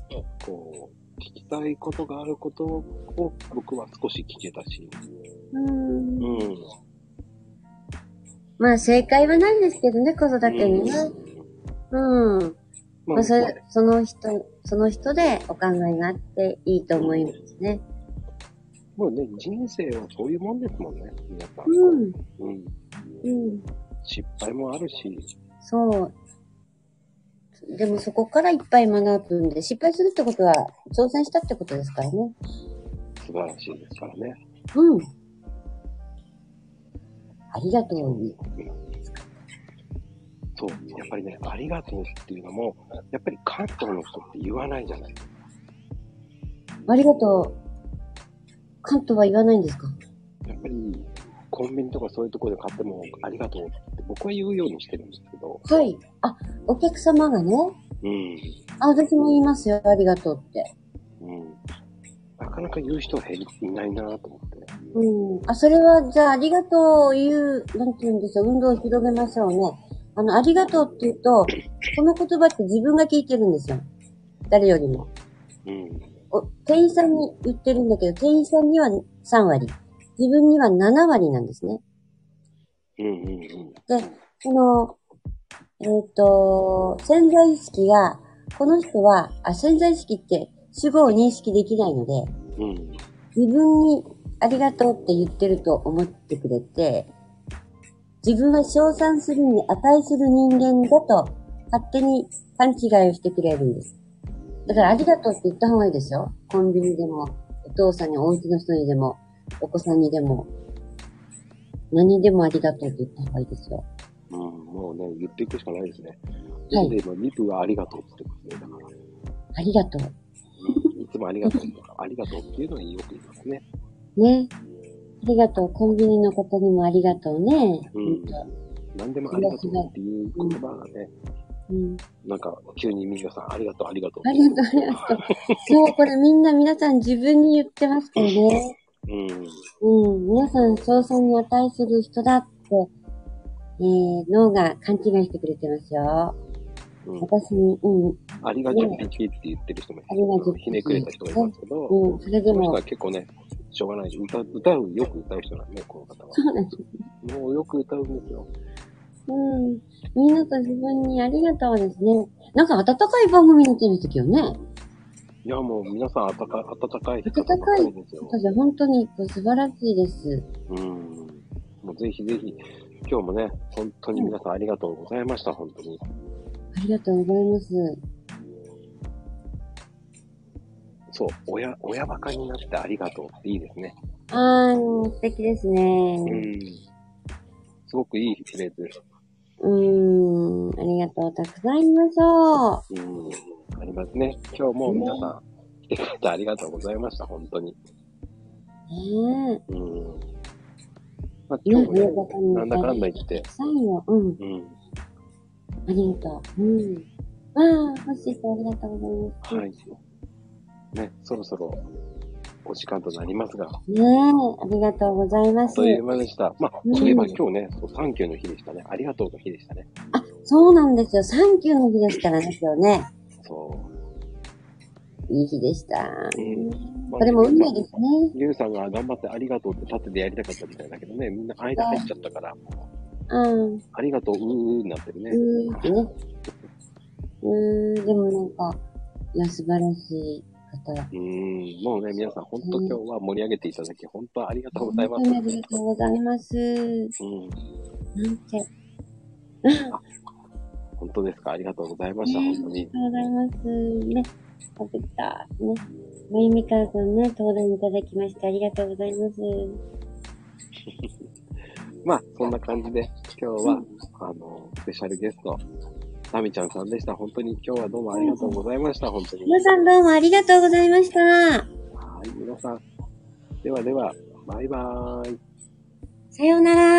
S1: こう、聞きたいことがあることを僕は少し聞けたし。
S2: うん
S1: うん。
S2: まあ正解はないんですけどね、子育てにね。うん。
S1: ま
S2: ま
S1: あ、
S2: あそ
S1: そう
S2: れ、その人、その人でお考えがあっていいと思いますね。
S1: もうね、人生はそういうもんですもんね、皆さん。
S2: うん。
S1: うん。
S2: うん。
S1: 失敗もあるし、
S2: そう。でもそこからいっぱい学ぶんで、失敗するってことは挑戦したってことですからね。
S1: 素晴らしいですからね。
S2: うん。ありがとうに。
S1: そう。やっぱりね、ありがとうっていうのも、やっぱり関東の人って言わないじゃない。
S2: ありがとう。関東は言わないんですか
S1: やっぱり、コンビニとかそういうところで買っても、ありがとうって僕は言うようにしてるんですけど、
S2: はい。あ、お客様がね。
S1: うん。
S2: あ、私も言いますよ。ありがとうって。
S1: うん。なかなか言う人は減りいないなと思って。
S2: うん。あ、それは、じゃあ、ありがとうを言う、なんて言うんでしょう。運動を広げましょうね。あの、ありがとうって言うと、その言葉って自分が聞いてるんですよ。誰よりも。
S1: うん。
S2: お店員さんに言ってるんだけど、店員さんには3割。自分には7割なんですね。
S1: うんうんうん。
S2: で、その、えっ、と、潜在意識が、この人は、あ、潜在意識って主語を認識できないので、
S1: うん。
S2: 自分にありがとうって言ってると思ってくれて、自分は称賛するに値する人間だと勝手に勘違いをしてくれるんです。だからありがとうって言った方がいいですよ。コンビニでも、お父さんにお家の人にでも、お子さんにでも、何にでもありがとうって言った方がいいですよ。
S1: うん、もうね、言っていくしかないですね。なので今、リプがありがとうって言ってますね。だから、
S2: ありがとう。
S1: いつもありがとうとか、ありがとうっていうのはよく言いますね。
S2: ね。ありがとう。コンビニのことにもありがとうね。
S1: うん。何でもありがとうっていう言葉がね、
S2: うん。
S1: なんか、急にミオさん、ありがとう、ありがとう。
S2: ありがとう、ありがとう。そう、これみんな皆さん自分に言ってますけどね。
S1: うん。
S2: うん。皆さん、賞賛に値する人だって、えー、脳が勘違いしてくれてますよ。
S1: うん、
S2: 私に、うん、
S1: ありがとう、ピピって言ってる人もい
S2: ありがとう
S1: ひねくれた人がいますけど、
S2: うん。それで
S1: この人
S2: も
S1: は、結構ね、しょうがないし、歌、歌う、よく歌う人なんで、この方は。
S2: そうなんです。
S1: もうよく歌うんですよ。
S2: うん。みんなと自分にありがとうですね。なんか温かい番組に出てる時よね。
S1: いや、もう皆さん温か、温かい方
S2: 温
S1: ば
S2: か
S1: っ
S2: い
S1: かりですよ。
S2: 私は本当にこう素晴らしいです。
S1: うん。もうぜひぜひ、今日もね、本当に皆さんありがとうございました、本当に。
S2: ありがとうございます。
S1: そう、親、親バカになってありがとうっていいですね。
S2: あー、素敵です
S1: う
S2: ね。
S1: ん。すごくいいフレーズです。
S2: うーん、ありがとう。たくさん言いましょう。
S1: うん。ありますね。今日も皆さん、来てくれてありがとうございました、本当に。
S2: ねえ。
S1: うん。まあ、今日もね、なんだかんだ言って
S2: た、くさんよ。うん、
S1: うん。
S2: ありがとう。うん。わー、星さんありがとうございま
S1: はい。ね、そろそろ、お時間となりますが、
S2: す。ねえ、ありがとうございま
S1: あっ
S2: す
S1: と。いう間でした。まあ
S2: う、ん
S1: そういえば今日ね、そうサンキューの日でしたね。ありがとうの日でしたね。
S2: そうなんですよ。サンキューの日でしたらですよね。
S1: そう。
S2: いい日でした。
S1: うんまあ
S2: これも運命ですね。
S1: ゆうさんが頑張ってありがとうって立ててやりたかったみたいだけどね、みんな間入っちゃったから、
S2: うん。う
S1: ありがとう、うーになってるね。
S2: ーんってね。うーん、でもなんか、いや、素晴らしい方。
S1: うん、もうね、皆さん、本当今日は盛り上げていただき、本当ありがとうございます。
S2: 本当にありがとうございます。
S1: うん、
S2: なんて。あ
S1: 本当ですか、ありがとうございま
S2: り
S1: した、
S2: が
S1: 本
S2: と
S1: 当
S2: うご
S1: に。
S2: ざいます。ね。食べた。ね。まゆみかさんね、登壇いただきましてありがとうございます。
S1: まあ、そんな感じで、今日は、あの、スペシャルゲスト、タミちゃんさんでした。本当に今日はどうもありがとうございました。本当に。
S2: 皆さんどうもありがとうございました。
S1: はい、皆さん。ではでは、バイバーイ。
S2: さようなら。